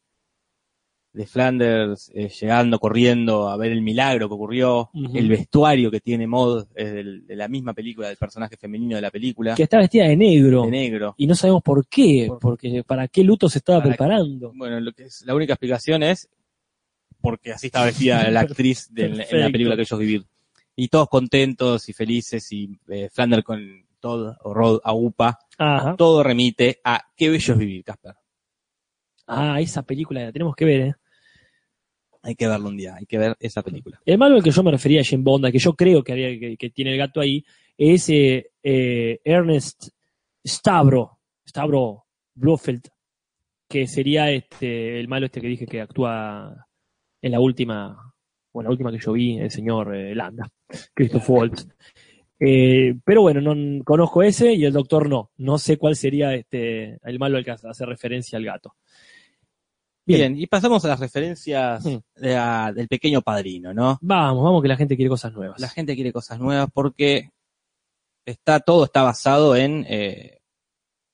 S2: de Flanders eh, llegando, corriendo a ver el milagro que ocurrió,
S1: Ujú.
S2: el vestuario que tiene Mod es del- de la misma película, del personaje femenino de la película,
S1: Que está vestida de negro.
S2: de negro.
S1: Y no sabemos por qué,
S2: Por-
S1: porque para qué luto se estaba
S2: Para-
S1: preparando.
S2: Bueno, lo que es, la única explicación es porque así estaba vestida la actriz de- en la- en la
S1: Perfecto.
S2: película que ellos vivir. Y todos contentos y felices y eh, Flanders con Todd o Rod a UPA,
S1: Ajá.
S2: todo remite a qué bello es vivir, Casper.
S1: Ah, esa película la tenemos que ver, ¿eh?
S2: Hay que verlo un día, hay que ver esa película.
S1: El malo al que yo me refería, Jim Bond, al que yo creo que, había- que, que tiene el gato ahí, es eh, eh, Ernest Stavro, Stavro Blofeld, que sería este el malo este que dije que actúa en la última, o en la última que yo vi, el señor eh, Landa, Christoph Waltz. Eh, pero bueno, no conozco ese y el doctor no. No sé cuál sería este el malo al que hace referencia al gato. Bien.
S2: Bien. y pasamos a las referencias
S1: Hmm.
S2: de la- del pequeño padrino, ¿no?
S1: Vamos, vamos que la gente quiere cosas nuevas.
S2: La gente quiere cosas nuevas porque está todo está basado en eh,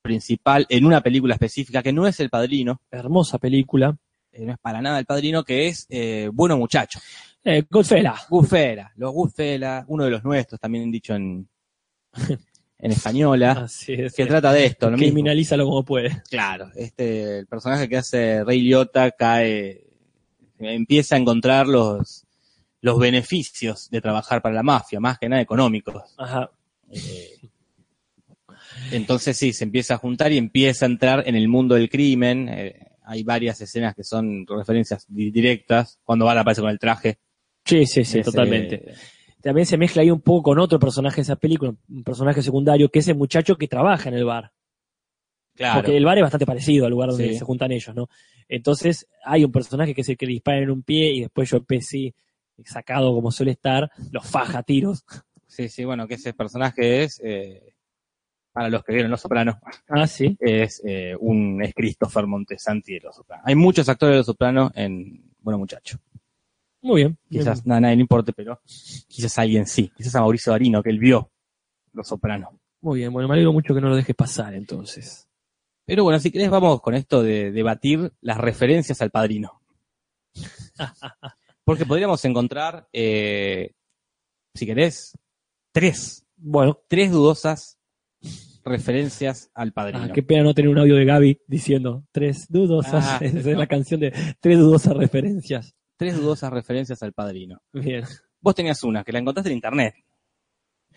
S2: principal en una película específica que no es El Padrino,
S1: Hermosa película.
S2: eh, no es para nada El Padrino, que es eh, Bueno Muchacho.
S1: Eh, Goodfellas.
S2: Gufela, los Gufela, uno de los nuestros, también dicho en en española,
S1: Así es.
S2: Ah,
S1: eh,
S2: que trata de esto, lo mismo.
S1: Criminalízalo como puede.
S2: Claro, este, el personaje que hace Rey Liotta cae, empieza a encontrar los, los beneficios de trabajar para la mafia, más que nada económicos.
S1: Ajá.
S2: Eh, entonces sí, se empieza a juntar y empieza a entrar en el mundo del crimen. Eh, hay varias escenas que son referencias di- directas, cuando Bala aparece con el traje.
S1: Sí, sí, sí,
S2: Ese-
S1: totalmente. También se mezcla ahí un poco con otro personaje de esa película, un personaje secundario, que es el muchacho que trabaja en el bar.
S2: Claro.
S1: Porque el bar es bastante parecido al lugar donde
S2: Sí.
S1: se juntan ellos, ¿no? Entonces, hay un personaje que es el que le dispara en un pie y después yo Pesci, sacado como suele estar, los faja a tiros.
S2: Sí, sí, bueno, que ese personaje es, eh, para los que vieron Los Sopranos,
S1: Ah, sí.
S2: es eh, un es Christopher Montesanti de Los Sopranos. Hay muchos actores de Los Sopranos en Bueno Muchacho.
S1: Muy bien.
S2: Quizás, nada, nadie le importe, pero quizás alguien sí. Quizás a Mauricio Darino, que él vio Los Soprano.
S1: Muy bien, bueno, me alegro mucho que no lo dejes pasar entonces.
S2: Pero bueno, si querés, vamos con esto de debatir las referencias al padrino. Porque podríamos encontrar, eh, si querés, tres,
S1: Bueno,
S2: tres dudosas referencias al padrino.
S1: ah, qué pena no tener un audio de Gaby diciendo tres dudosas,
S2: Ah.
S1: esa es la canción de tres dudosas referencias.
S2: Tres dudosas referencias al padrino.
S1: Bien.
S2: Vos tenías una, que la encontraste en internet.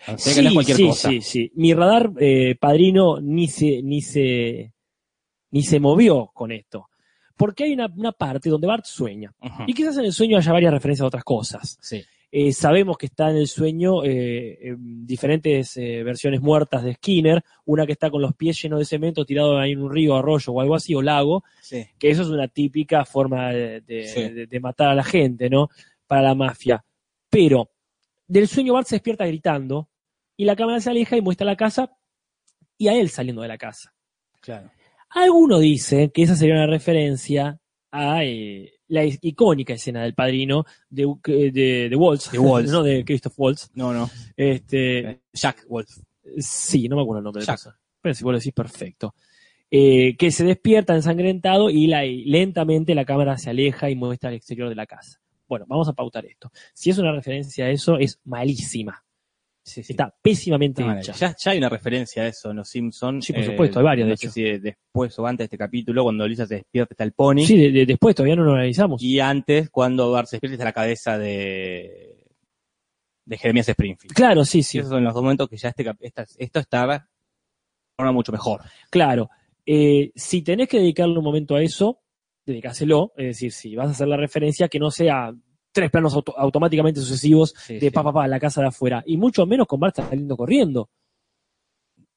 S2: O sea, que no
S1: Sí,
S2: es cualquier
S1: sí,
S2: cosa.
S1: sí, sí. Mi radar eh, padrino ni se, ni se, ni se movió con esto. Porque hay una, una parte donde Bart sueña.
S2: Ujú.
S1: Y quizás en el sueño haya varias referencias a otras cosas.
S2: Sí.
S1: Eh, sabemos que está en el sueño eh, em, diferentes eh, versiones muertas de Skinner, una que está con los pies llenos de cemento tirado ahí en un río, arroyo o algo así, o lago,
S2: Sí.
S1: que eso es una típica forma de, de-
S2: Sí.
S1: de- de matar a la gente, ¿no? Para la mafia. Pero del sueño Bart se despierta gritando y la cámara se aleja y muestra la casa y a él saliendo de la casa.
S2: Claro.
S1: Algunos dicen que esa sería una referencia a eh, la is- icónica escena del padrino de, de, de Waltz,
S2: De Waltz.
S1: no de Christoph Waltz.
S2: No, no.
S1: Este,
S2: Eh, Jack Wolf.
S1: Sí, no me acuerdo el nombre de la
S2: Jack.
S1: cosa. Pero si vos lo decís, perfecto. Eh, que se despierta ensangrentado y, la- y lentamente la cámara se aleja y muestra el exterior de la casa. Bueno, vamos a pautar esto. Si es una referencia a eso, es malísima.
S2: Sí, sí.
S1: Está pésimamente
S2: Ah,
S1: hecha.
S2: ya, ya hay una referencia a eso en Los Simpsons.
S1: Sí, por supuesto, hay varias, de
S2: no sé
S1: hecho.
S2: si de- después o antes de este capítulo, cuando Lisa se despierta está el pony.
S1: Sí, de- de- después todavía no lo analizamos.
S2: Y antes, cuando Bart se despierta está la cabeza de, de Jeremías Springfield.
S1: Claro, sí, sí.
S2: Esos son los dos momentos que ya este, cap- esta- esto está ahora mucho mejor.
S1: Claro, eh, si tenés que dedicarle un momento a eso, dedicáselo. Es decir, si vas a hacer la referencia, que no sea tres planos auto- automáticamente sucesivos de pa, pa, pa, la casa de afuera. Y mucho menos con Bart saliendo corriendo.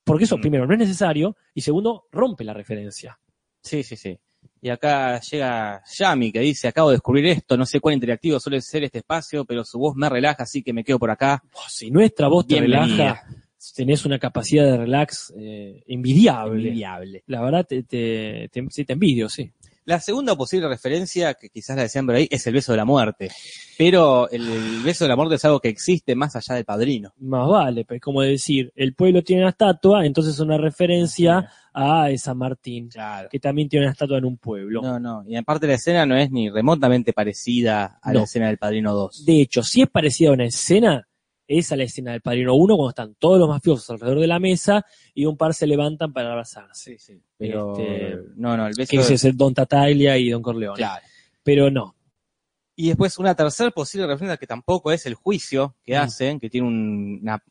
S1: Porque eso,
S2: Mm.
S1: primero, no es necesario. Y segundo, rompe la referencia.
S2: Sí, sí, sí. Y acá llega Yami que dice, acabo de descubrir esto, no sé cuán interactivo suele ser este espacio, pero su voz me relaja, así que me quedo por acá.
S1: Oh, si nuestra voz te
S2: Bienvenida.
S1: relaja, tenés una capacidad de relax eh, envidiable.
S2: Envidiable.
S1: La verdad, te, te, te- sí, te envidio, sí.
S2: La segunda posible referencia, que quizás la decían por ahí, es el beso de la muerte. Pero el, el beso de la muerte es algo que existe más allá del padrino.
S1: Más vale, pues como decir, el pueblo tiene una estatua, entonces es una referencia a San Martín,
S2: Claro.
S1: que también tiene una estatua en un pueblo.
S2: No, no. Y aparte la escena no es ni remotamente parecida a la
S1: No.
S2: escena del padrino 2.
S1: De hecho, si es parecida a una escena, es a la escena del Padrino 1 cuando están todos los mafiosos alrededor de la mesa y un par se levantan para abrazarse.
S2: sí. Pero,
S1: Este,
S2: no, no, el beso
S1: Que ese es el Don Tataglia y Don Corleone.
S2: Claro.
S1: Pero no.
S2: Y después una tercera posible referencia que tampoco es el juicio que
S1: Mm.
S2: hacen, que tiene un, una-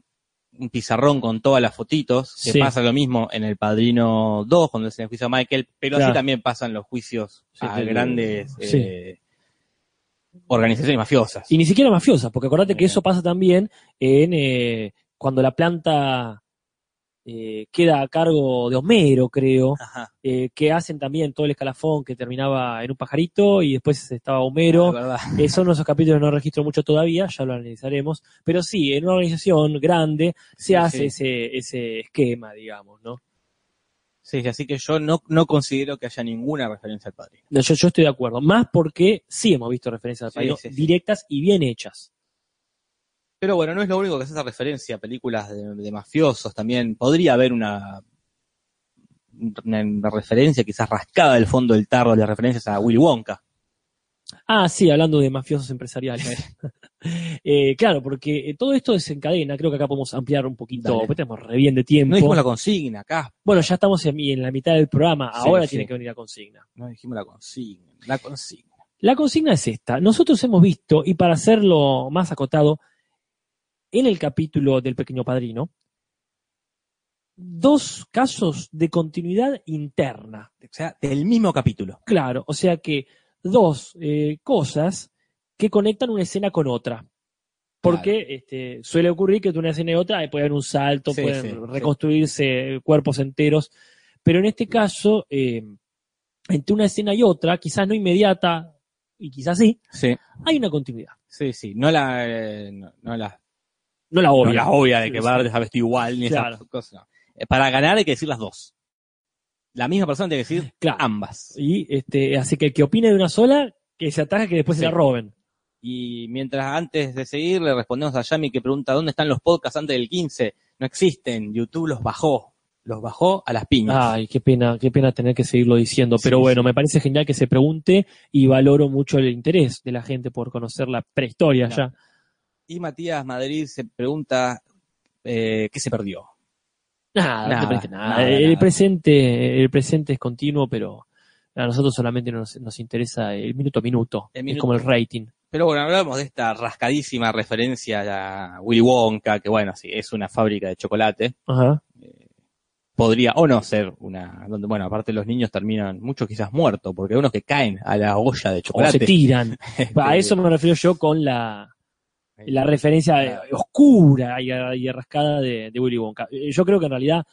S2: un pizarrón con todas las fotitos, que
S1: Sí.
S2: pasa lo mismo en El Padrino 2, cuando es el juicio a Michael, pero
S1: Claro.
S2: así también pasan los juicios
S1: Sí,
S2: a
S1: sí, sí.
S2: grandes
S1: Sí.
S2: eh, organizaciones mafiosas.
S1: Y ni siquiera mafiosa, porque acordate que
S2: Eh.
S1: eso pasa también en eh, cuando la planta eh, queda a cargo de Homero, creo,
S2: Ajá,
S1: eh, que hacen también todo el escalafón que terminaba en un pajarito y después estaba Homero.
S2: la Ah, verdad.
S1: Eh, son esos capítulos que no registro mucho todavía, ya lo analizaremos. Pero sí, en una organización grande se
S2: Sí,
S1: hace
S2: sí.
S1: Ese, ese esquema, digamos, ¿no?
S2: Sí, sí, así que yo no, no considero que haya ninguna referencia al padrino.
S1: No, Yo, yo estoy de acuerdo. Más porque sí hemos visto referencias al
S2: Sí,
S1: padrino
S2: sí, sí.
S1: directas y bien hechas.
S2: Pero bueno, no es lo único que hace esa referencia a películas de, de mafiosos también. Podría haber una, una, una referencia quizás rascada del fondo del tarro de referencias a Willy Wonka.
S1: Ah, sí, hablando de mafiosos empresariales. Eh, claro, porque eh, todo esto desencadena. Creo que acá podemos ampliar un poquito,
S2: Dale.
S1: porque tenemos re bien de tiempo.
S2: No dijimos la consigna, acá.
S1: Bueno, ya estamos en, en la mitad del programa.
S2: Sí,
S1: Ahora
S2: sí.
S1: tiene que venir la consigna.
S2: No dijimos la consigna. La consigna.
S1: La consigna es esta. Nosotros hemos visto, y para hacerlo más acotado, en el capítulo del Pequeño Padrino, dos casos de continuidad interna.
S2: O sea, del mismo capítulo.
S1: Claro, o sea que dos eh, cosas que conectan una escena con otra. Porque este, suele ocurrir que de una escena y otra eh, puede haber un salto,
S2: Sí,
S1: pueden
S2: sí,
S1: reconstruirse cuerpos enteros. Pero en este caso, eh, entre una escena y otra, quizás no inmediata, y quizás sí,
S2: Sí,
S1: hay una continuidad.
S2: sí, sí. No la, eh, no, no la,
S1: No la obvia.
S2: no la obvia de que
S1: Sí,
S2: Bart está vestido igual ni
S1: Claro.
S2: esas cosas. no. Eh, Para ganar hay que decir las dos. La misma persona tiene que decir
S1: Claro.
S2: ambas.
S1: Y este, así que el que opine de una sola, que se ataja que después
S2: Sí.
S1: se la roben.
S2: Y mientras antes de seguir, le respondemos a Yami que pregunta dónde están los podcasts antes del 15. No existen, YouTube los bajó. Los bajó a las piñas.
S1: Ay, qué pena, qué pena tener que seguirlo diciendo.
S2: Sí,
S1: Pero
S2: sí.
S1: bueno, me parece genial que se pregunte y valoro mucho el interés de la gente por conocer la prehistoria
S2: Claro.
S1: ya.
S2: Y Matías Madrid se pregunta eh, qué se perdió.
S1: Nada,
S2: Nada,
S1: no te parece nada.
S2: nada,
S1: el
S2: nada.
S1: presente, el presente es continuo, pero a nosotros solamente nos, nos interesa el minuto a minuto.
S2: El
S1: Es
S2: minuto.
S1: como el rating.
S2: Pero bueno, hablamos de esta rascadísima referencia a Willy Wonka, que bueno, sí, es una fábrica de chocolate.
S1: Ajá.
S2: Podría o no ser una, donde, bueno, aparte los niños terminan, muchos quizás muertos, porque hay unos que caen a la olla
S1: O
S2: de
S1: se
S2: chocolate.
S1: tiran.
S2: Este,
S1: A eso me refiero yo con la, la referencia eh, oscura y, y arrascada de, de Willy Wonka. Eh, Yo creo que en realidad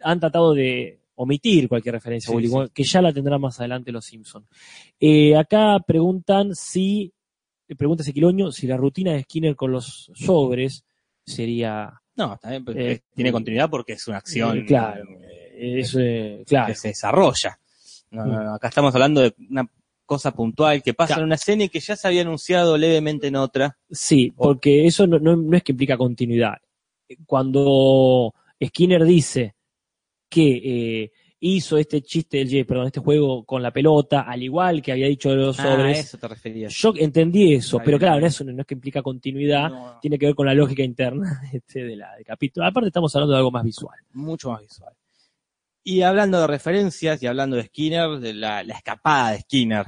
S1: han tratado de omitir cualquier referencia
S2: Sí,
S1: a Willy
S2: sí.
S1: Wonka, que ya la tendrán más adelante los Simpson. Eh, acá preguntan si, eh, pregunta Sequiloño, si la rutina de Skinner con los sobres sería
S2: No, está bien, pero
S1: Eh,
S2: tiene continuidad porque es una acción
S1: Eh, claro.
S2: eh,
S1: es, eh, claro.
S2: que se desarrolla. No, no, no, acá estamos hablando de una cosa puntual que pasa
S1: Claro.
S2: en una escena y que Mm. ya se había anunciado levemente en otra.
S1: Sí, porque eso no, no- no es que implica continuidad. Cuando Skinner dice que eh, hizo este chiste del Jay, perdón, este juego con la pelota, al igual que había dicho de los
S2: a
S1: sobres,
S2: Ah, eso te referías.
S1: yo entendí eso,
S2: Ahí
S1: pero claro,
S2: viene.
S1: eso no, no es que implica continuidad,
S2: No,
S1: tiene que ver con la lógica interna este, de la, del capítulo. Aparte estamos hablando de algo más visual.
S2: mucho más visual. Y hablando de referencias y hablando de Skinner, de la, la escapada de Skinner,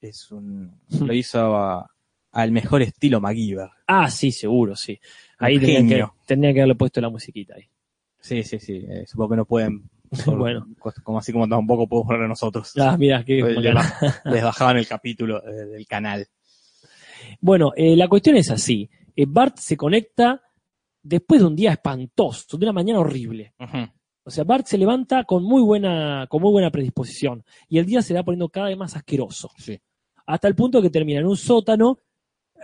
S2: es un, lo hizo a- al mejor estilo MacGyver.
S1: Ah, sí, seguro, sí. Ahí
S2: Un
S1: tendría que,
S2: genio.
S1: tendría que haberle puesto la musiquita ahí.
S2: Sí, sí, sí. eh, supongo que no pueden. por-
S1: Bueno.
S2: cos- Como así como tampoco podemos poner nosotros.
S1: Ah, mira, qué
S2: Pues le
S1: bacana.
S2: baj- les bajaban el capítulo eh, del canal.
S1: Bueno, eh, la cuestión es así. Eh, Bart se conecta después de un día espantoso, de una mañana horrible. O sea, Bart se levanta con muy buena, con muy buena predisposición. Y el día se va poniendo cada vez más asqueroso.
S2: Sí.
S1: Hasta el punto que termina en un sótano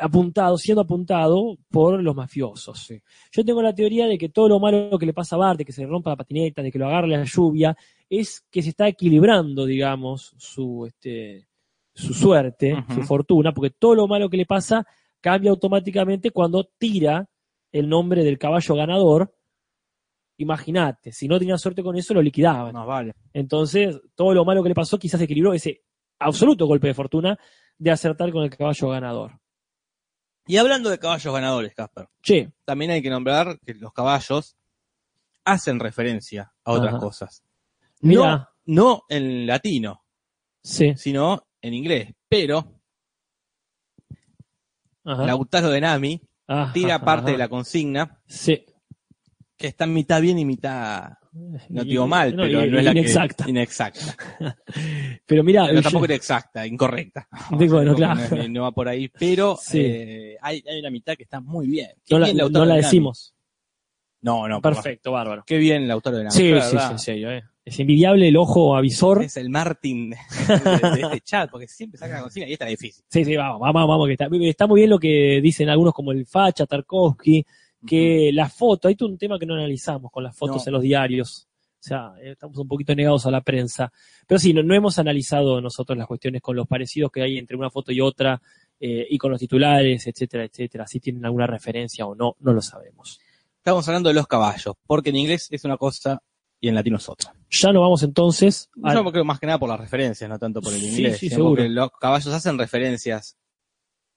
S1: apuntado, siendo apuntado por los mafiosos.
S2: Sí.
S1: Yo tengo la teoría de que todo lo malo que le pasa a Bart, de que se le rompa la patineta, de que lo agarre la lluvia, es que se está equilibrando, digamos, su, este, su suerte,
S2: Ujú.
S1: su fortuna, porque todo lo malo que le pasa cambia automáticamente cuando tira el nombre del caballo ganador. Imagínate, si no tenía suerte con eso, lo liquidaban.
S2: Más vale.
S1: Entonces, todo lo malo que le pasó quizás equilibró ese absoluto golpe de fortuna de acertar con el caballo ganador.
S2: Y hablando de caballos ganadores, Casper,
S1: Che,
S2: también hay que nombrar que los caballos hacen referencia a otras
S1: Ajá.
S2: cosas. No,
S1: mira,
S2: no en latino,
S1: sí,
S2: sino en inglés. Pero
S1: ajá,
S2: Lautaro de Nami
S1: ajá,
S2: tira parte
S1: ajá,
S2: de la consigna
S1: sí.
S2: que está mitad bien y mitad, no digo mal,
S1: No,
S2: pero
S1: y-
S2: no es la que-
S1: inexacta.
S2: Inexacta.
S1: Pero mira,
S2: Pero tampoco era exacta, incorrecta.
S1: Digo, bueno,
S2: No,
S1: claro.
S2: no, no va por ahí, pero
S1: Sí.
S2: eh, hay, hay una mitad que está muy bien. Qué
S1: no la,
S2: bien Lautaro
S1: no la
S2: de Nami.
S1: decimos.
S2: No, no, por favor.
S1: Perfecto, bárbaro.
S2: Qué bien Lautaro de Nami.
S1: Sí,
S2: la
S1: sí, sí,
S2: verdad.
S1: en serio, eh. Es envidiable el ojo avisor.
S2: Es el Martin de, de este chat, porque siempre saca la consigna y esta es difícil.
S1: Sí, sí, vamos, vamos, vamos, que está, está muy bien lo que dicen algunos como el Facha, Tarkovsky, que la foto, hay todo un tema que no analizamos con las fotos
S2: No.
S1: en los diarios. O sea, eh, estamos un poquito negados a la prensa. Pero sí, no, no hemos analizado nosotros las cuestiones con los parecidos que hay entre una foto y otra, eh, y con los titulares, etcétera, etcétera. Si tienen alguna referencia o no, no lo sabemos.
S2: Estamos hablando de los caballos, porque en inglés es una cosa y en latino es otra.
S1: Ya nos vamos entonces. a-
S2: Yo creo más que nada por las referencias, no tanto por el
S1: Ah. Sí,
S2: inglés.
S1: sí,
S2: sino
S1: seguro.
S2: Porque los caballos hacen referencias,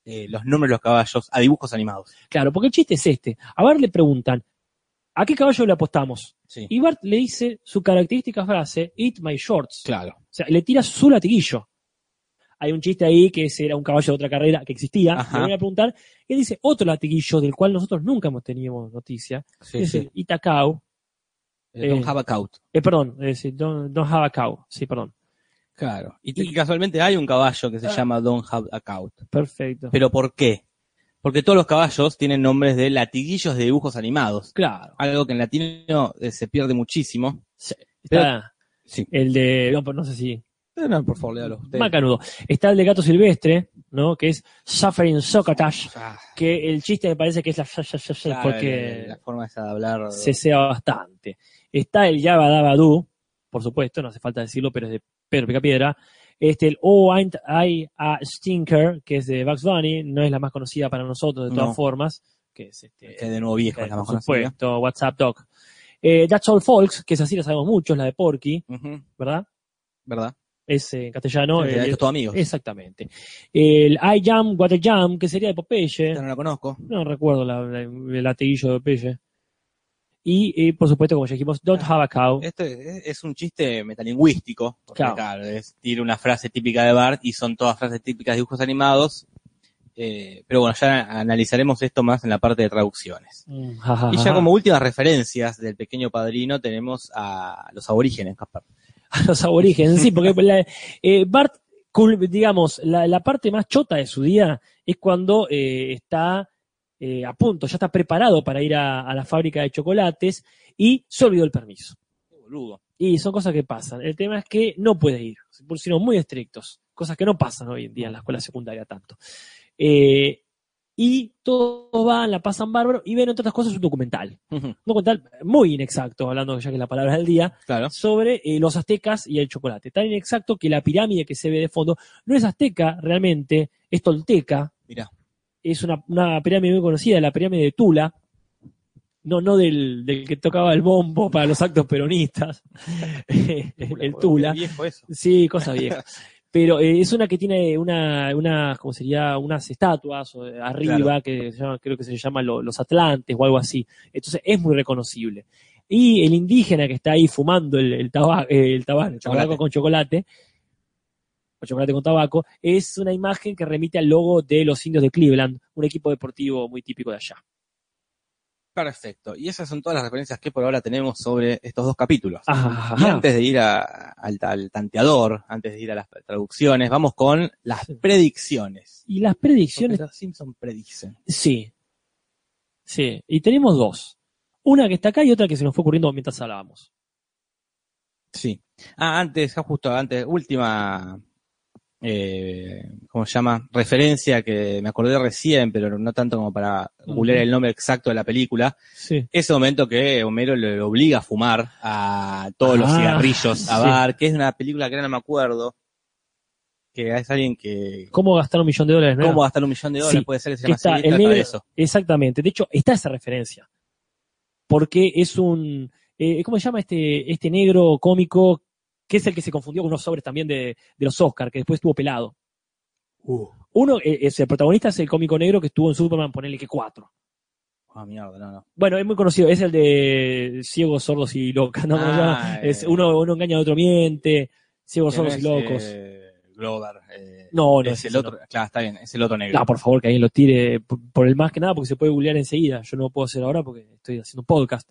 S2: eh, los nombres de los caballos, a dibujos animados.
S1: Claro, porque el chiste es este. A Bart le preguntan, ¿a qué caballo le apostamos?
S2: Sí,
S1: Y Bart le dice su característica frase, Eat my shorts.
S2: claro.
S1: O sea, le tira su latiguillo. Hay un chiste ahí que ese era un caballo de otra carrera que existía,
S2: Ajá.
S1: le voy a preguntar, y él dice otro latiguillo del cual nosotros nunca hemos tenido noticia,
S2: Sí,
S1: que es el Itacao,
S2: Eh, Don't
S1: Eh,
S2: have a count.
S1: eh, perdón, es el Don, Don Habacao, sí, perdón,
S2: Claro. Y, y casualmente hay un caballo que se
S1: Ah.
S2: llama Don't have a count.
S1: perfecto.
S2: ¿Pero por qué? Porque todos los caballos tienen nombres de latiguillos de dibujos animados.
S1: claro,
S2: algo que en latino eh, se pierde muchísimo.
S1: está
S2: Sí. Eh,
S1: el de, no, pero no sé si,
S2: no, por favor, léalo usted.
S1: macanudo, está el de Gato Silvestre, ¿no? Que es Suffering Socatash,
S2: Ah,
S1: que el chiste me parece que es la,
S2: claro,
S1: porque
S2: la, la forma esa de hablar.
S1: se sea bastante. Está el Yabba Dabba Doo, por supuesto, no hace falta decirlo, pero es de Pedro Picapiedra. Este, el Oh, ain't I a Stinker, que es de Bugs Bunny, no es la más conocida para nosotros, de todas
S2: No.
S1: formas, que es este,
S2: Que de nuevo viejo
S1: eh,
S2: es la más
S1: por
S2: conocida.
S1: supuesto, WhatsApp Doc. Eh, That's All Folks, que es así, la sabemos mucho, es la de Porky,
S2: Ujú,
S1: ¿verdad?
S2: ¿verdad?
S1: Es eh, en castellano.
S2: Sí,
S1: el-
S2: esto es todo amigos.
S1: exactamente. El I Jam, What a Jam, que sería de Popeye.
S2: Esta Este no la conozco.
S1: No recuerdo la, la- el latillo de Popeye. Y, eh, por supuesto, como ya dijimos, Don't Have a Cow.
S2: Esto Este es, es un chiste metalingüístico. Porque,
S1: Claro.
S2: claro. es- tiene una frase típica de Bart y son todas frases típicas de dibujos animados. Eh, pero bueno, ya analizaremos esto más en la parte de traducciones.
S1: Mm, ja, ja,
S2: Y
S1: ja, ja.
S2: ya como últimas referencias del pequeño padrino tenemos a los aborígenes, Gaspar.
S1: a los aborígenes, sí, porque la- eh, Bart, cul- digamos, la, la parte más chota de su día es cuando eh, está eh, a punto, ya está preparado para ir a, a la fábrica de chocolates y se olvidó el permiso.
S2: Qué boludo.
S1: Y son cosas que pasan. El tema es que no puede ir, se pusieron muy estrictos, cosas que no pasan hoy en día en la escuela secundaria tanto. Eh, y todos van, la pasan bárbaro y ven, entre otras cosas, un documental.
S2: Ujú,
S1: Un documental muy inexacto, hablando ya que es la palabra del día,
S2: Claro.
S1: sobre eh, los aztecas y el chocolate. Tan inexacto que la pirámide que se ve de fondo no es azteca realmente, es tolteca.
S2: Mirá.
S1: Es una, una pirámide muy conocida, la pirámide de Tula. No, no del, del que tocaba el bombo para los actos peronistas. el Tula.
S2: Qué viejo eso.
S1: Sí, cosa vieja. Pero eh, es una que tiene una, una, ¿cómo sería? Unas estatuas o, eh, arriba que se llama- creo que se llama lo- los Atlantes o algo así. Entonces es muy reconocible. Y el indígena que está ahí fumando el, el, taba- eh, el tabaco, el
S2: Chocolate.
S1: tabaco con chocolate, o chocolate con tabaco, es una imagen que remite al logo de los indios de Cleveland, un equipo deportivo muy típico de allá.
S2: Perfecto. Y esas son todas las referencias que por ahora tenemos sobre estos dos capítulos.
S1: Ajá.
S2: Y antes de ir a- al, al tanteador, antes de ir a las traducciones, vamos con las
S1: Sí.
S2: predicciones.
S1: Y las predicciones
S2: Porque Los Simpson predicen.
S1: Sí. Sí. Y tenemos dos. Una que está acá y otra que se nos fue ocurriendo mientras hablábamos.
S2: Sí. Ah, antes, ah, justo antes, última, eh, ¿cómo se llama? Referencia que me acordé recién, pero no tanto como para
S1: Ujú.
S2: googlear el nombre exacto de la película.
S1: Sí.
S2: Ese momento que Homero le obliga a fumar a todos los
S1: Ah,
S2: cigarrillos a
S1: sí.
S2: Bar, que es una película que ahora no me acuerdo, que es alguien que...
S1: ¿Cómo gastar un millón de dólares? no?
S2: ¿Cómo gastar un millón de dólares?
S1: Sí.
S2: Puede ser que se
S1: Que
S2: llame
S1: está
S2: así,
S1: el
S2: trata
S1: negro-
S2: de eso.
S1: Exactamente. De hecho, está esa referencia. Porque es un. eh, ¿Cómo se llama este, este negro cómico? Que es el que se confundió con unos sobres también de, de los Oscars, que después estuvo pelado. Uno, eh, es el protagonista es el cómico negro que estuvo en Superman, ponele que cuatro.
S2: Ah, mierda, no, no.
S1: Bueno, es muy conocido, es el de ciegos, sordos y locas, ¿no? ¿Cómo se llama?
S2: Ah,
S1: Es
S2: eh,
S1: uno, uno engaña a otro miente, ciegos,
S2: que no
S1: sordos y
S2: es,
S1: locos.
S2: eh, Glover. eh,
S1: No, no
S2: es,
S1: es
S2: el
S1: ese,
S2: otro. Claro, está bien, es el otro negro.
S1: No, por favor, que alguien lo tire por, por el más que nada, porque se puede googlear enseguida. Yo no lo puedo hacer ahora porque estoy haciendo un podcast.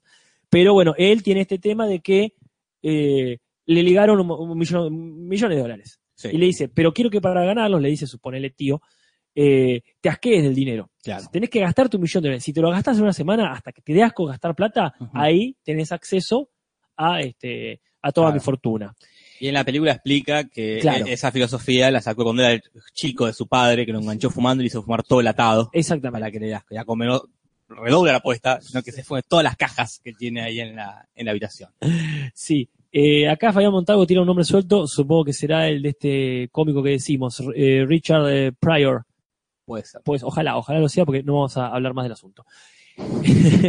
S1: Pero bueno, él tiene este tema de que eh, le ligaron un, un millón- millones de dólares.
S2: Sí,
S1: Y le dice, pero quiero que para ganarlos, le dice, suponele tío, eh, te asquees del dinero.
S2: claro.
S1: Tenés que gastar tu millón de dólares. Si te lo gastas en una semana, hasta que te dé asco gastar plata,
S2: Ujú.
S1: ahí tenés acceso a, este, a toda
S2: Claro.
S1: mi fortuna.
S2: Y en la película explica que
S1: Claro.
S2: e- esa filosofía la sacó cuando era el chico de su padre, que lo enganchó fumando y le hizo fumar todo el atado
S1: Exactamente.
S2: para que le das- ya comió redobla la apuesta, sino que se fue todas las cajas que tiene ahí en la, en la habitación.
S1: Sí. Eh, acá Fabián Montago tira un nombre suelto, supongo que será el de este cómico que decimos, eh, Richard eh, Pryor.
S2: Puede ser.
S1: Pues ojalá, ojalá lo sea, porque no vamos a hablar más del asunto.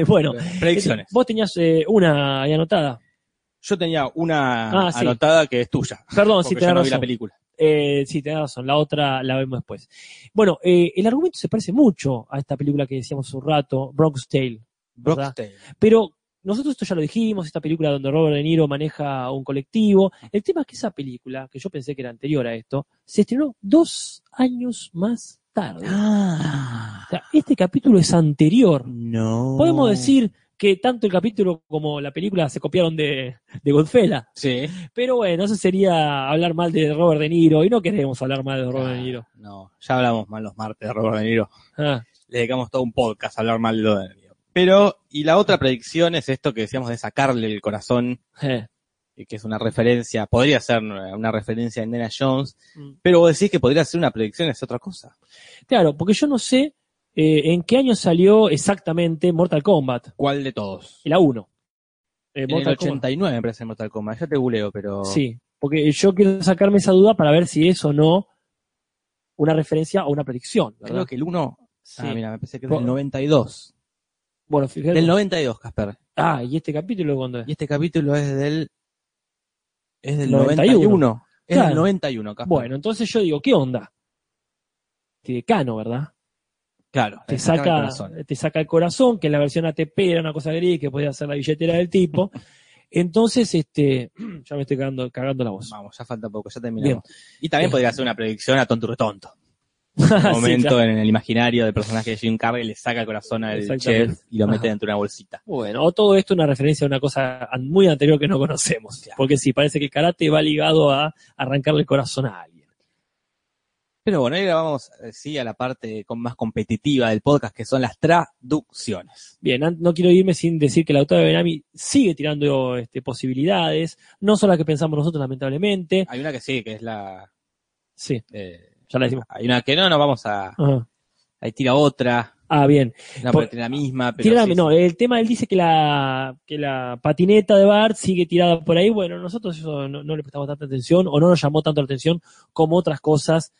S1: bueno,
S2: Predicciones.
S1: vos tenías eh, una ahí anotada.
S2: Yo tenía una
S1: Ah, sí.
S2: anotada que es tuya.
S1: Perdón,
S2: Porque
S1: si
S2: yo
S1: te
S2: no
S1: da
S2: vi la
S1: razón.
S2: película.
S1: Eh, sí, tenés razón, la otra la vemos después. Bueno, eh, el argumento se parece mucho a esta película que decíamos hace un rato, Bronx Tale.
S2: Brockstein.
S1: Pero nosotros esto ya lo dijimos, esta película donde Robert De Niro maneja un colectivo. El tema es que esa película, que yo pensé que era anterior a esto, se estrenó dos años más tarde. O sea, este capítulo es anterior.
S2: no.
S1: Podemos decir que tanto el capítulo como la película se copiaron de, de Goodfellas.
S2: Sí.
S1: Pero bueno, eso sería hablar mal de Robert De Niro y no queremos hablar mal de Robert De Niro.
S2: No, ya hablamos mal los martes de Robert De Niro.
S1: Ah,
S2: Le dedicamos todo un podcast a hablar mal de Robert De Niro. Pero, y la otra predicción es esto que decíamos de sacarle el corazón,
S1: eh.
S2: y que es una referencia, podría ser una una referencia a Indiana Jones,
S1: Mm.
S2: pero vos decís que podría ser una predicción, es otra cosa.
S1: Claro, porque yo no sé eh, en qué año salió exactamente Mortal Kombat,
S2: ¿Cuál de todos?
S1: la 1. Eh,
S2: En el
S1: Mortal Kombat.
S2: 89 me parece Mortal Kombat, ya te buleo, pero
S1: Sí, Porque yo quiero sacarme esa duda para ver si es o no una referencia o una predicción. ¿verdad?
S2: Creo que el 1.
S1: Sí.
S2: Ah, mira, me pensé que es
S1: Po-
S2: del 92.
S1: Bueno, fíjate.
S2: Del 92, Casper.
S1: Ah, y este capítulo cuando es.
S2: Y este capítulo es del. Es del
S1: 91.
S2: 91. Es
S1: Claro.
S2: del 91, Casper.
S1: Bueno, entonces yo digo, ¿qué onda? Te cano, ¿verdad?
S2: claro.
S1: te
S2: le sacan el
S1: saca,
S2: corazón.
S1: te saca el corazón, que en la versión ATP era una cosa gris que podía hacer la billetera del tipo. Entonces, este, ya me estoy cagando, cagando la voz.
S2: Vamos, ya falta poco, ya terminamos. Y también podría hacer una predicción a Tonto Retonto.
S1: Sí,
S2: momento
S1: claro.
S2: en el imaginario del personaje de Jim Carrey le saca el corazón al
S1: Exactamente.
S2: chef y lo mete
S1: Ajá.
S2: dentro de una bolsita.
S1: Bueno, o todo esto una referencia a una cosa an- muy anterior que no conocemos. Porque sí, parece que el karate va ligado a arrancarle el corazón a alguien.
S2: Pero bueno, ahora vamos eh, sí a la parte con- más competitiva del podcast, que son las traducciones.
S1: Bien, an- no quiero irme sin decir que la autora de Benami sigue tirando este, posibilidades, no son las que pensamos nosotros, lamentablemente.
S2: Hay una que sí, que es la...
S1: Sí,
S2: eh,
S1: ya la decimos.
S2: hay una que no, no vamos a...
S1: Ajá.
S2: Ahí tira otra,
S1: Ah, bien.
S2: no
S1: Por-
S2: porque tiene la misma, pero...
S1: Tiene la-
S2: sí,
S1: no, el tema él dice que la, que la patineta de Bart sigue tirada por ahí. Bueno, nosotros eso no, no le prestamos tanta atención o no nos llamó tanto la atención como otras cosas.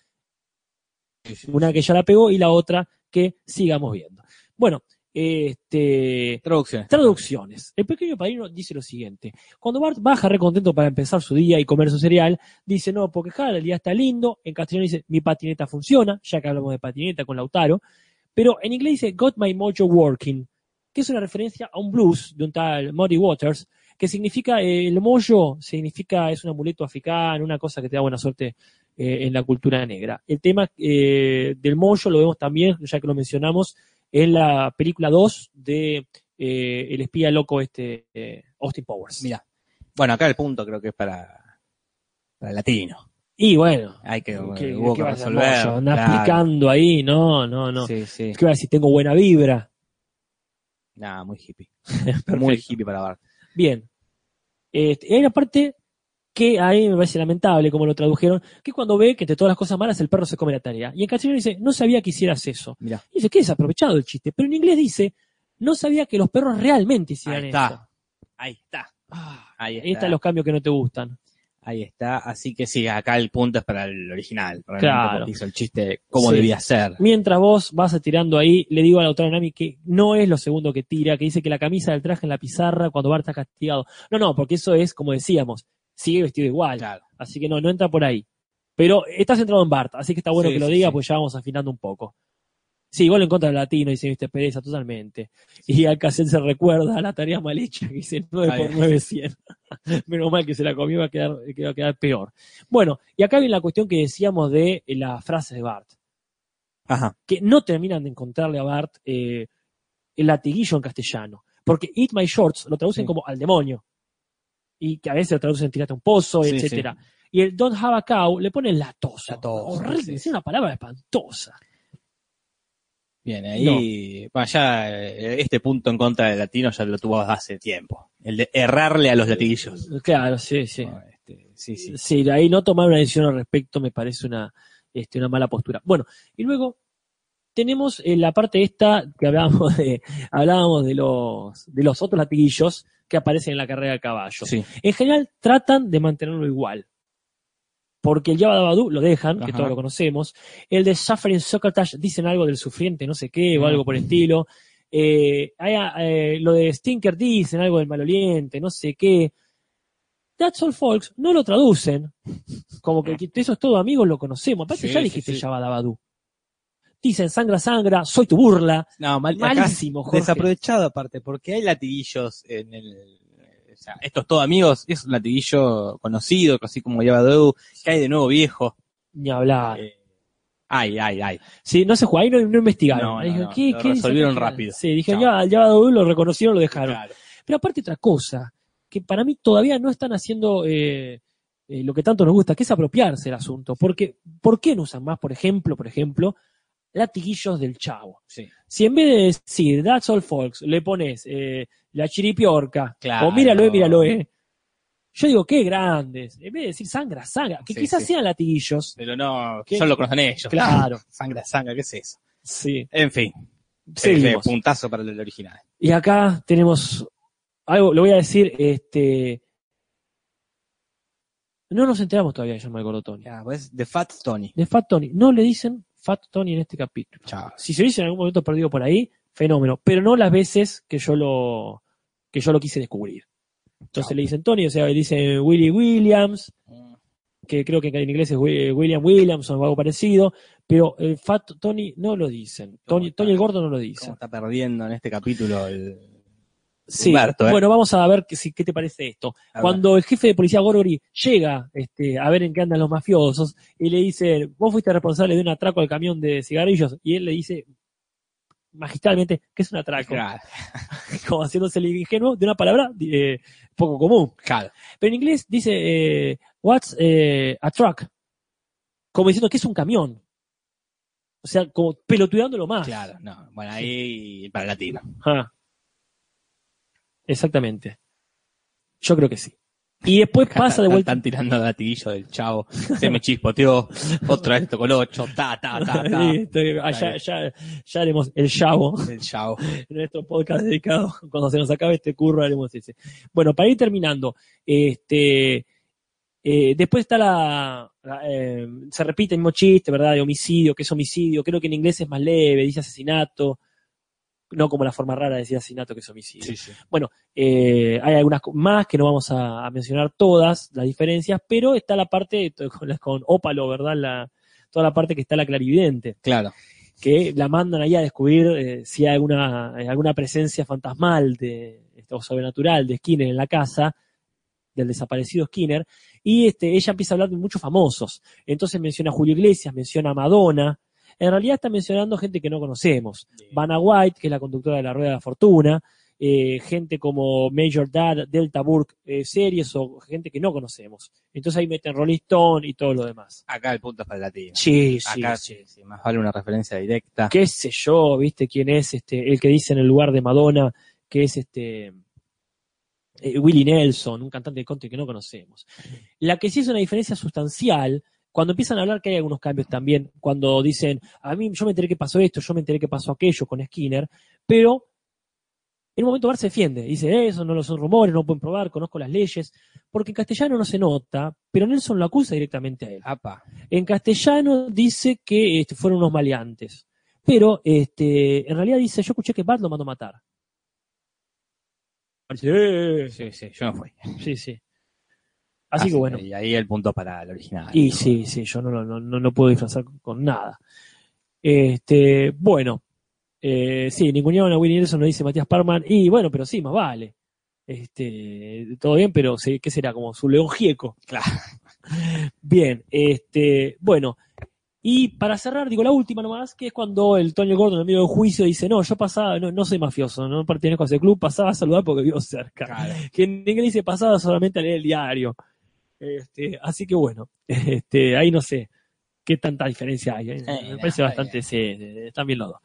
S2: sí, sí.
S1: Una que ya la pegó y la otra que sigamos viendo. Bueno, este,
S2: Traducciones.
S1: Traducciones. El pequeño padrino dice lo siguiente. Cuando Bart baja recontento para empezar su día y comer su cereal, dice, no, porque ja, el día está lindo. En castellano dice, mi patineta funciona, ya que hablamos de patineta con Lautaro. Pero en inglés dice, got my mojo working, que es una referencia a un blues de un tal Muddy Waters, que significa, eh, el mojo significa, es un amuleto africano, una cosa que te da buena suerte eh, en la cultura negra. El tema eh, del mojo lo vemos también, ya que lo mencionamos, en la película 2 de eh, el espía loco este eh, Austin Powers.
S2: Mira. Bueno, acá el punto creo que es para... Para el latino.
S1: Y bueno,
S2: Hay que, eh,
S1: ¿qué-
S2: hubo
S1: qué
S2: que
S1: vas a hacer,
S2: resolver.
S1: mozo? Andá
S2: claro.
S1: explicando ahí, no, no, no.
S2: Sí, sí.
S1: Es que si tengo buena vibra.
S2: Nada, muy hippie. muy hippie para Bart.
S1: Bien. Este, y hay una parte que a mí me parece lamentable, como lo tradujeron, que cuando ve que entre todas las cosas malas el perro se come la tarea. Y en castellano dice, no sabía que hicieras eso.
S2: Mira.
S1: Y dice, qué desaprovechado el chiste. Pero en inglés dice, no sabía que los perros realmente hicieran
S2: Ahí
S1: eso.
S2: está. Ahí está. Ahí está.
S1: Ah, Ahí están los cambios que no te gustan.
S2: Ahí está. Así que sí, acá el punto es para el original. realmente,
S1: Claro.
S2: porque Hizo el chiste de cómo
S1: Sí.
S2: debía ser.
S1: Mientras vos vas tirando ahí, le digo a la autora Nami que no es lo segundo que tira, que dice que la camisa del traje en la pizarra cuando Bart está castigado. No, no, porque eso es, como decíamos, sigue vestido igual.
S2: Claro.
S1: Así que no, no entra por ahí. Pero está centrado en Bart, así que está bueno
S2: Sí,
S1: que lo
S2: sí,
S1: diga,
S2: sí.
S1: pues ya vamos afinando un poco. Sí, igual en contra del latino, dice Mr. Pereza, totalmente. Y al cassette se recuerda a la tarea mal hecha, que dice 9
S2: Ahí.
S1: por 9, 100. Menos mal que se la comió, va a quedar, que va a quedar peor. Bueno, y acá viene la cuestión que decíamos de eh, las frases de Bart
S2: Ajá.
S1: que no terminan de encontrarle a Bart eh, el latiguillo en castellano. Porque Eat My Shorts lo traducen
S2: Sí.
S1: como al demonio. Y que a veces lo traducen tirate a un pozo,
S2: Sí,
S1: etcétera. Y el Don't Have a Cow le ponen latoso.
S2: Latoso,
S1: Horrible,
S2: sí,
S1: es
S2: sí.
S1: una palabra espantosa.
S2: Bien, ahí. Bueno, ya eh, este punto en contra del latino ya lo tuvo hace tiempo. El de errarle a los latiguillos.
S1: Claro, sí, sí.
S2: No, este, sí, sí.
S1: Sí, de ahí no tomar una decisión al respecto me parece una, este, una mala postura. Bueno, y luego tenemos eh, la parte esta que hablábamos de, hablábamos de los, de los otros latiguillos que aparecen en la carrera de caballo.
S2: Sí.
S1: En general tratan de mantenerlo igual. Porque el Jabba Dabadú lo dejan, que
S2: Ajá.
S1: todos lo conocemos. El de Suffering Socrates dicen algo del sufriente, no sé qué, o
S2: Mm.
S1: algo por el estilo. Eh, hay a- eh, lo de Stinker dicen algo del maloliente, no sé qué. That's All Folks no lo traducen. Como que eso es todo, amigos, lo conocemos. Aparte,
S2: Sí,
S1: ya
S2: sí,
S1: dijiste
S2: sí.
S1: Jabba Dabadú. Dicen sangra, sangra, soy tu burla.
S2: No, mal, acá
S1: Malísimo, Jorge.
S2: desaprovechado aparte, porque hay latiguillos en el. O sea, estos todos amigos, es un latiguillo conocido, así como lleva Deu, que hay de nuevo viejo.
S1: Ni hablar.
S2: Eh, ay, ay, ay.
S1: Sí, no se jugó, ahí no, no investigaron.
S2: No, no,
S1: Ahí dijeron,
S2: no,
S1: ¿qué-
S2: lo
S1: qué dice
S2: resolvieron
S1: acá?
S2: rápido.
S1: Sí, dijeron,
S2: Chao.
S1: ya, ya lo reconocieron, lo dejaron.
S2: Claro.
S1: Pero aparte otra cosa, que para mí todavía no están haciendo eh, eh, lo que tanto nos gusta, que es apropiarse el asunto. Porque, ¿por qué no usan más, por ejemplo, por ejemplo, latiguillos del chavo?
S2: Sí.
S1: Si en vez de decir That's all folks, le pones eh, la chiripiorca,
S2: Claro.
S1: o míralo, eh, míralo, eh. Yo digo, qué grandes. En vez de decir sangra, sangra, que
S2: Sí,
S1: quizás
S2: sí.
S1: sean latiguillos.
S2: Pero no,
S1: ¿Qué?
S2: solo lo conocen ellos.
S1: Claro.
S2: Sangra, sangra, ¿qué es eso?
S1: Sí.
S2: En fin, ese
S1: Seguimos.
S2: puntazo para el original.
S1: Y acá tenemos algo, lo voy a decir, este. No nos enteramos todavía que se llama el gordo Tony.
S2: Ya, pues, The Fat Tony.
S1: De Fat Tony. No le dicen Fat Tony en este capítulo.
S2: Chao.
S1: Si se dice en algún momento perdido por ahí, fenómeno. Pero no las veces que yo lo, que yo lo quise descubrir. Entonces
S2: Chao.
S1: le dicen Tony, o sea, le dicen Willie Williams, que creo que en inglés es Wi- William Williams o algo parecido, pero el Fat Tony no lo dicen. Tony,
S2: está?
S1: Tony el gordo no lo
S2: ¿Cómo
S1: dice.
S2: está perdiendo en este capítulo el...
S1: Sí.
S2: Humberto, eh?
S1: Bueno, vamos a ver que, si, qué te parece esto.
S2: a ver,
S1: Cuando el jefe de policía Gorori llega este, a ver en qué andan los mafiosos y le dice, vos fuiste responsable de un atraco al camión de cigarrillos, y él le dice magistralmente que es un atraco,
S2: Ah, Claro,
S1: como haciéndose el ingenuo de una palabra eh, poco común.
S2: claro.
S1: Pero en inglés dice, eh, what's eh, a truck? Como diciendo que es un camión. O sea, como pelotudeándolo más.
S2: Claro, no. Bueno, ahí para latino.
S1: Ah. Exactamente. Yo creo que sí. Y después pasa de vuelta.
S2: Están tirando latillo del chavo. Se me chispoteó. Otra vez tocó el ocho. Ta, ta, ta, ta.
S1: Sí, estoy- ah, ya, ya- ya haremos el chavo
S2: El chavo.
S1: en nuestro podcast dedicado. Cuando se nos acabe este curro, haremos ese. Bueno, para ir terminando, este, eh, después está la. la, eh, se repite el mismo chiste, ¿verdad? De homicidio, que es homicidio. Creo que en inglés es más leve, dice asesinato. No como la forma rara de decir asesinato que es homicidio.
S2: Sí, sí.
S1: Eh, hay algunas co- más que no vamos a, a mencionar todas las diferencias, pero está la parte de to- con, la- con Ópalo, ¿verdad? La, toda la parte que está la clarividente
S2: Claro.
S1: que la mandan ahí a descubrir eh, si hay alguna, eh, alguna presencia fantasmal de, este, o sobrenatural de Skinner en la casa del desaparecido Skinner. Y este, ella empieza a hablar de muchos famosos. Entonces menciona a Julio Iglesias, menciona a Madonna. En realidad está mencionando gente que no conocemos. Vanna White, que es la conductora de la Rueda de la Fortuna. eh, gente como Major Dad, Delta Burke eh, Series o gente que no conocemos. Entonces ahí meten Rolling Stone y todo lo demás.
S2: Acá el punto es para el latino.
S1: Sí, sí,
S2: Acá sí, sí, Más vale una referencia directa.
S1: qué sé yo, viste quién es este, el que dice en el lugar de Madonna, que es este eh, Willie Nelson, un cantante de country que no conocemos. La que sí es una diferencia sustancial, cuando empiezan a hablar que hay algunos cambios también, cuando dicen, a mí yo me enteré que pasó esto, yo me enteré que pasó aquello con Skinner, pero en un momento Bar se defiende, dice, "Eh, eso no lo son rumores, no pueden probar, conozco las leyes, porque en castellano no se nota, pero Nelson lo acusa directamente a él.
S2: Apa.
S1: En castellano dice que este, fueron unos maleantes. Pero este, en realidad dice, yo escuché que Bat lo mandó matar. Sí,
S2: Sí, sí, yo me fui.
S1: sí, sí. Así que bueno.
S2: Y ahí el punto para el original.
S1: Y sí, sí, yo no, lo- no, no, no puedo disfrazar con, con nada. Este, bueno. Eh, sí, ningunearon a Willie Nelson, no dice Matías Parman. Y bueno, pero sí, más vale. Este, todo bien, pero se- ¿qué será? Como su león gieco.
S2: Claro.
S1: Bien, este, bueno. Y para cerrar, digo la última nomás, que es cuando el Toño Gordo en el medio del juicio dice, no, yo pasaba, no, no soy mafioso, no pertenezco a ese club, pasaba a saludar porque vivo cerca.
S2: Claro.
S1: Que en inglés dice pasaba solamente a leer el diario. Este, así que bueno, este, ahí no sé qué tanta diferencia hay. ¿eh?
S2: Eh,
S1: Me parece
S2: eh,
S1: bastante, sí, sí, están bien los dos.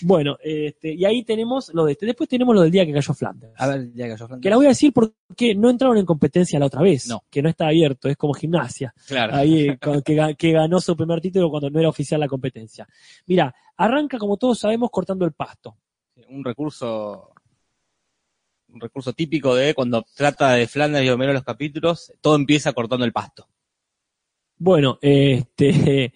S1: Bueno, este, y ahí tenemos lo de este. Después tenemos lo del día que cayó Flanders.
S2: A ver, ya que yo Flanders.
S1: Que la voy a decir porque no entraron en competencia la otra vez,
S2: No.
S1: que no está abierto, es como gimnasia
S2: Claro.
S1: ahí eh, con- que, ga- que ganó su primer título cuando no era oficial la competencia. Mira, arranca como todos sabemos cortando el pasto.
S2: Un recurso. Un recurso típico de cuando trata de Flanders y Homero los capítulos, todo empieza cortando el pasto.
S1: Bueno, este,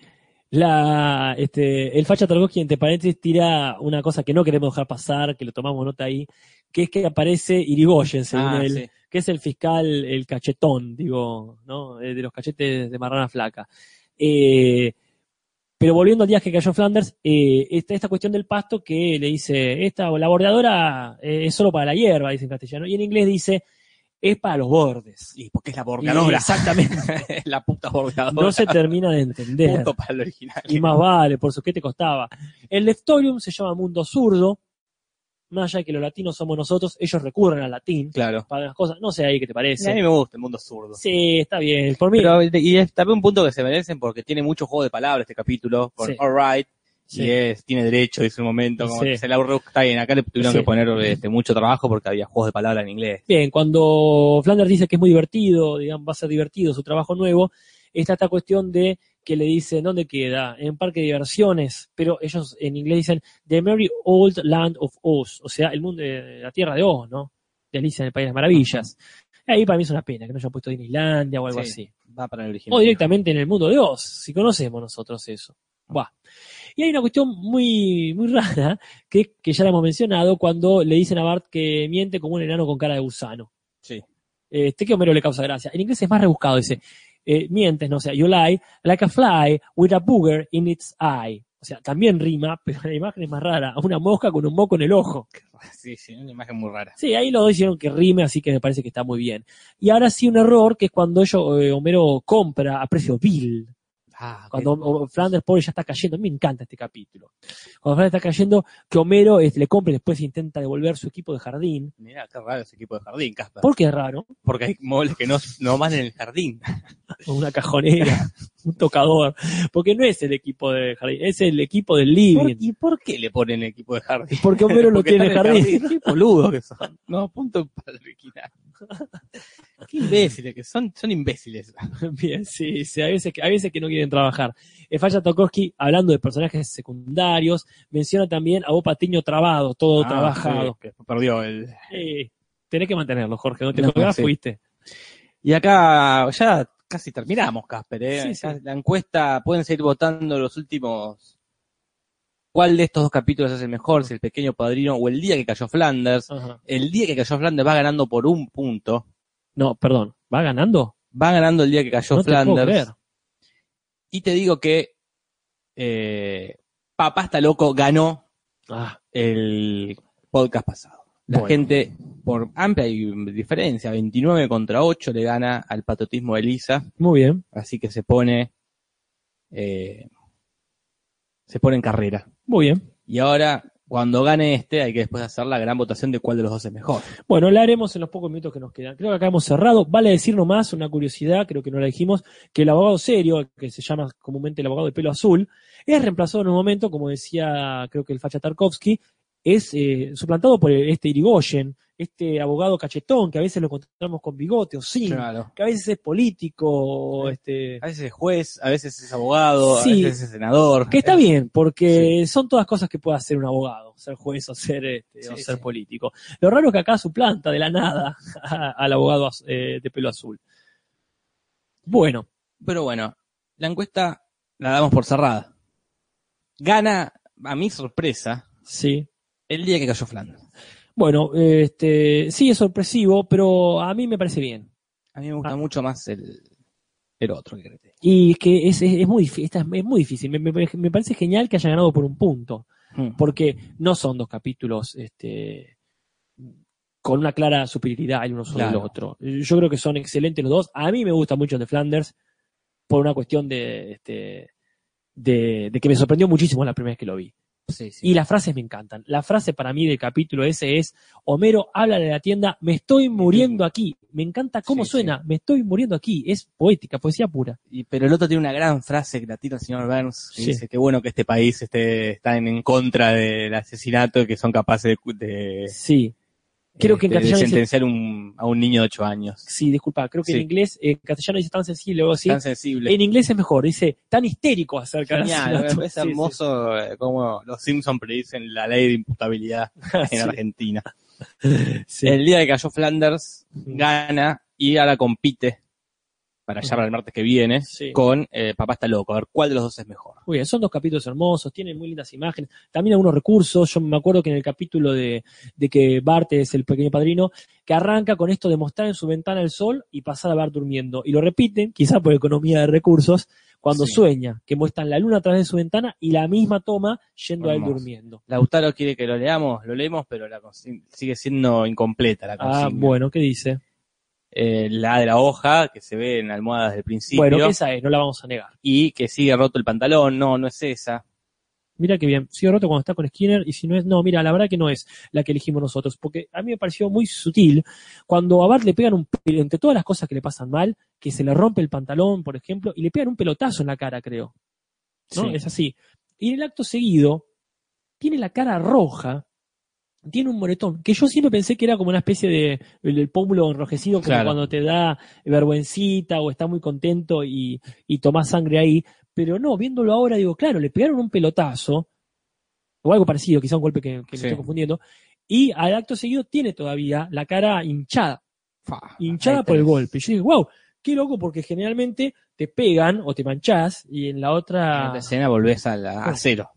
S1: la, este, el Facha Tarkovsky, entre paréntesis, tira una cosa que no queremos dejar pasar, que lo tomamos nota ahí, que es que aparece Irigoyen, según
S2: Ah,
S1: él,
S2: sí.
S1: que es el fiscal, el cachetón, digo, ¿no? Eh, De los cachetes de marrana flaca. Eh, pero volviendo al día que cayó Flanders, eh, está esta cuestión del pasto que le dice, esta, la bordeadora eh, es solo para la hierba, dice en castellano, y en inglés dice, es para los bordes.
S2: Y porque es la
S1: Y
S2: bordeadora.
S1: Exactamente.
S2: la puta bordeadora.
S1: No se termina de entender.
S2: Punto para el original.
S1: Y más vale, por su que te costaba. El Leftorium se llama Mundo Zurdo. Más allá de que los latinos somos nosotros, ellos recurren al latín
S2: Claro.
S1: para las cosas. No sé ahí qué te
S2: Y A mí
S1: parece.
S2: me gusta el mundo zurdo.
S1: Sí, está bien. Por mí,
S2: Pero, y es también un punto que se merecen porque tiene mucho juego de palabras este capítulo, con
S1: Sí.
S2: alright,
S1: sí.
S2: y es, tiene derecho, dice un momento, como
S1: Sí.
S2: que se la re- está bien, acá le tuvieron
S1: Sí.
S2: que poner este, mucho trabajo porque había juegos de palabras en inglés.
S1: Bien, cuando Flanders dice que es muy divertido, digamos, va a ser divertido su trabajo nuevo, está esta cuestión de que le dicen, ¿dónde queda? En parque de diversiones, pero ellos en inglés dicen, The Merry eh, Old Land of Oz, o sea, el mundo, de la tierra de Oz, ¿no? De Alicia en el País de las Maravillas. Ahí para mí es una pena que no haya puesto en Islandia o algo
S2: Sí.
S1: así.
S2: Va para el original.
S1: O directamente en el mundo de Oz, si conocemos nosotros eso. Buah. Y hay una cuestión muy, muy rara, que, que ya la hemos mencionado, cuando le dicen a Bart que miente como un enano con cara de gusano.
S2: Sí.
S1: Este que a Homero le causa gracia. En inglés es más rebuscado, dice, eh, mientes, no o sea, you lie like a fly with a booger in its eye. O sea, también rima, pero la imagen es más rara, una mosca con un moco en el ojo.
S2: Sí, sí, una imagen muy rara.
S1: Sí, ahí los dos hicieron que rime, así que me parece que está muy bien. Y ahora sí un error, que es cuando ellos, eh, Homero compra a precio vil
S2: Ah,
S1: cuando o- Flanders pobre ya está cayendo, a mí me encanta este capítulo. Cuando Flanders está cayendo, que Homero este, le compra y después intenta devolver su equipo de jardín.
S2: Mira, qué raro ese equipo de jardín, Casper.
S1: Porque es raro,
S2: Porque hay muebles que no, no van en el jardín.
S1: una cajonera, un tocador. Porque no es el equipo de jardín, es el equipo del living.
S2: ¿Por- ¿Y por qué le ponen equipo de jardín?
S1: Porque Homero lo
S2: Porque
S1: tiene en el
S2: está
S1: jardín.
S2: Qué boludos que son. No, punto para el original. Qué imbéciles que son. Son imbéciles.
S1: Bien, sí, sí, hay veces que, hay veces que no quieren trabajar. Eh, Falla Tokowski, hablando de personajes secundarios, menciona también a Bo Patiño trabado, todo
S2: Ah,
S1: trabajado.
S2: sí, que perdió el,
S1: Eh, tenés que mantenerlo, Jorge, no te
S2: No,
S1: colgás,
S2: sí.
S1: fuiste.
S2: Y acá ya casi terminamos, Casper. ¿eh?
S1: Sí, sí.
S2: Acá La encuesta, pueden seguir votando los últimos. ¿Cuál de estos dos capítulos es el mejor? Si el pequeño padrino o el día que cayó Flanders.
S1: Ajá.
S2: El día que cayó Flanders va ganando por un punto.
S1: No, perdón, ¿va ganando?
S2: Va ganando el día que cayó
S1: No te puedo
S2: Flanders.
S1: creer.
S2: Y te digo que eh, Papá está loco ganó
S1: Ah,
S2: el podcast pasado. La
S1: Bueno.
S2: gente, por amplia diferencia, 29 contra 8 le gana al patriotismo de Elisa.
S1: muy bien.
S2: Así que se pone. eh, se pone en carrera.
S1: Muy bien.
S2: Y ahora, cuando gane este, hay que después hacer la gran votación de cuál de los dos es mejor.
S1: Bueno, la haremos en los pocos minutos que nos quedan. Creo que acá hemos cerrado. Vale decir nomás una curiosidad, creo que no la dijimos, que el abogado serio, que se llama comúnmente el abogado de pelo azul, es reemplazado en un momento, como decía creo que el Facha Tarkovsky, es eh, suplantado por este Irigoyen, este abogado cachetón, que a veces lo encontramos con bigote o sin,
S2: Claro.
S1: que a veces es político, o este...
S2: A veces es juez, a veces es abogado,
S1: Sí.
S2: a veces es senador.
S1: Que está bien, porque son todas cosas que puede hacer un abogado, ser juez o ser, este, o
S2: Sí,
S1: ser
S2: sí.
S1: político. Lo raro es que acá suplanta de la nada a- al abogado az- eh, de pelo azul. Bueno,
S2: Pero bueno, la encuesta la damos por cerrada. Gana, a mi sorpresa,
S1: sí.
S2: el día que cayó Flanders.
S1: Bueno, este, sí es sorpresivo, pero a mí me parece bien.
S2: A mí me gusta
S1: Ah.
S2: mucho más el, el otro. que te-
S1: Y es que es, es- es muy, difí- esta es, es muy difícil. Me, me- me parece genial que haya ganado por un punto,
S2: Hmm.
S1: porque no son dos capítulos este, con una clara superioridad el uno sobre
S2: Claro.
S1: el otro. Yo creo que son excelentes los dos. A mí me gusta mucho el de Flanders por una cuestión de, este, de, de que me sorprendió muchísimo la primera vez que lo vi.
S2: Sí, sí.
S1: Y las frases me encantan. La frase para mí del capítulo ese es, Homero habla de la tienda, me estoy muriendo aquí. Me encanta cómo
S2: Sí,
S1: suena, me estoy muriendo aquí. Es poética, poesía pura.
S2: Y- pero el otro tiene una gran frase que la tira el señor Burns, que
S1: Sí.
S2: dice que bueno que este país esté, está en, en contra del asesinato y que son capaces de, de-
S1: Sí, Creo que en
S2: este, de
S1: castellano dice-
S2: sentenciar un- a un niño de 8 años.
S1: sí, disculpa. Creo que en
S2: Sí.
S1: inglés, en castellano dice tan sensible o algo así.
S2: Tan sensible.
S1: En inglés es mejor, dice tan histérico acerca del
S2: Genial,
S1: asesinato.
S2: es
S1: Sí, sí.
S2: hermoso eh, como los Simpsons predicen la ley de imputabilidad
S1: Sí,
S2: en Argentina.
S1: sí. Mm.
S2: El día que cayó Flanders gana y ahora compite para allá para el martes que viene
S1: Sí.
S2: con eh, Papá está loco, a ver cuál de los dos es mejor.
S1: Muy bien, son dos capítulos hermosos, tienen muy lindas imágenes, también algunos recursos. Yo me acuerdo que en el capítulo de, de que Bart es el pequeño padrino, que arranca con esto de mostrar en su ventana el sol y pasar a Bart durmiendo. Y lo repiten, quizá por economía de recursos, cuando
S2: Sí.
S1: sueña, que muestran la luna a través de su ventana y la misma toma yendo a él
S2: Hermoso.
S1: durmiendo.
S2: Lautaro quiere que lo leamos, lo leemos, pero la consi- sigue siendo incompleta la consigna.
S1: Ah, bueno, ¿qué dice?
S2: Eh, la de la hoja, que se ve en almohadas del principio,
S1: Bueno, esa es, no la vamos a negar.
S2: y que sigue roto el pantalón, no, no es esa.
S1: Mira qué bien. Sigo roto cuando está con Skinner y si no es, no, mira, la verdad que no es la que elegimos nosotros, porque a mí me pareció muy sutil cuando a Bart le pegan un, pe- entre todas las cosas que le pasan mal, que se le rompe el pantalón, por ejemplo, y le pegan un pelotazo en la cara, creo. ¿No?
S2: Sí.
S1: Es así. Y en el acto seguido, tiene la cara roja, tiene un moretón, que yo siempre pensé que era como una especie de el, el pómulo enrojecido, como
S2: Claro.
S1: cuando te da vergüencita o estás muy contento y, y tomás sangre ahí. Pero no, viéndolo ahora, digo, claro, le pegaron un pelotazo, o algo parecido, quizá un golpe que, que me
S2: Sí.
S1: estoy confundiendo, y al acto seguido tiene todavía la cara hinchada.
S2: Fa,
S1: hinchada
S2: ahí
S1: por el
S2: tenés.
S1: golpe. Y yo digo, wow, qué loco, porque generalmente te pegan o te manchás y en la
S2: En
S1: otra.
S2: otra escena volvés a, la- a cero.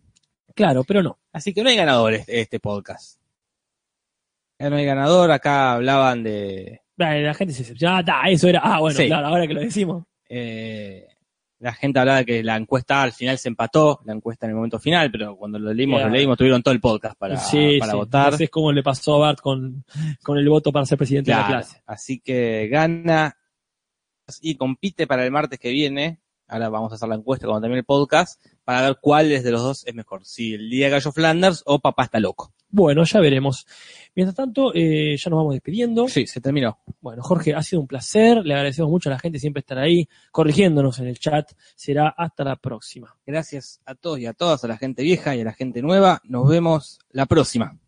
S1: Claro, pero no.
S2: Así que no hay ganadores de este podcast. Ya no hay ganador, acá hablaban de
S1: Dale, La gente se dice, ah, da, eso era. Ah, bueno,
S2: Sí.
S1: claro, ahora que lo decimos.
S2: eh, la gente hablaba de que la encuesta al final se empató, la encuesta en el momento final, pero cuando lo leímos,
S1: Claro.
S2: lo leímos, tuvieron todo el podcast para,
S1: sí,
S2: para
S1: sí.
S2: votar.
S1: No sé cómo le pasó a Bart con, con el voto para ser presidente de
S2: Claro.
S1: la clase.
S2: Así que gana y compite para el martes que viene. Ahora vamos a hacer la encuesta cuando termine el podcast para ver cuál es de los dos es mejor. Si el día Gallo Flanders o Papá está loco.
S1: Bueno, ya veremos. Mientras tanto, eh, ya nos vamos despidiendo.
S2: Sí, se terminó.
S1: Bueno, Jorge, ha sido un placer. Le agradecemos mucho a la gente siempre estar ahí corrigiéndonos en el chat. Será hasta la próxima.
S2: Gracias a todos y a todas, a la gente vieja y a la gente nueva. Nos vemos la próxima.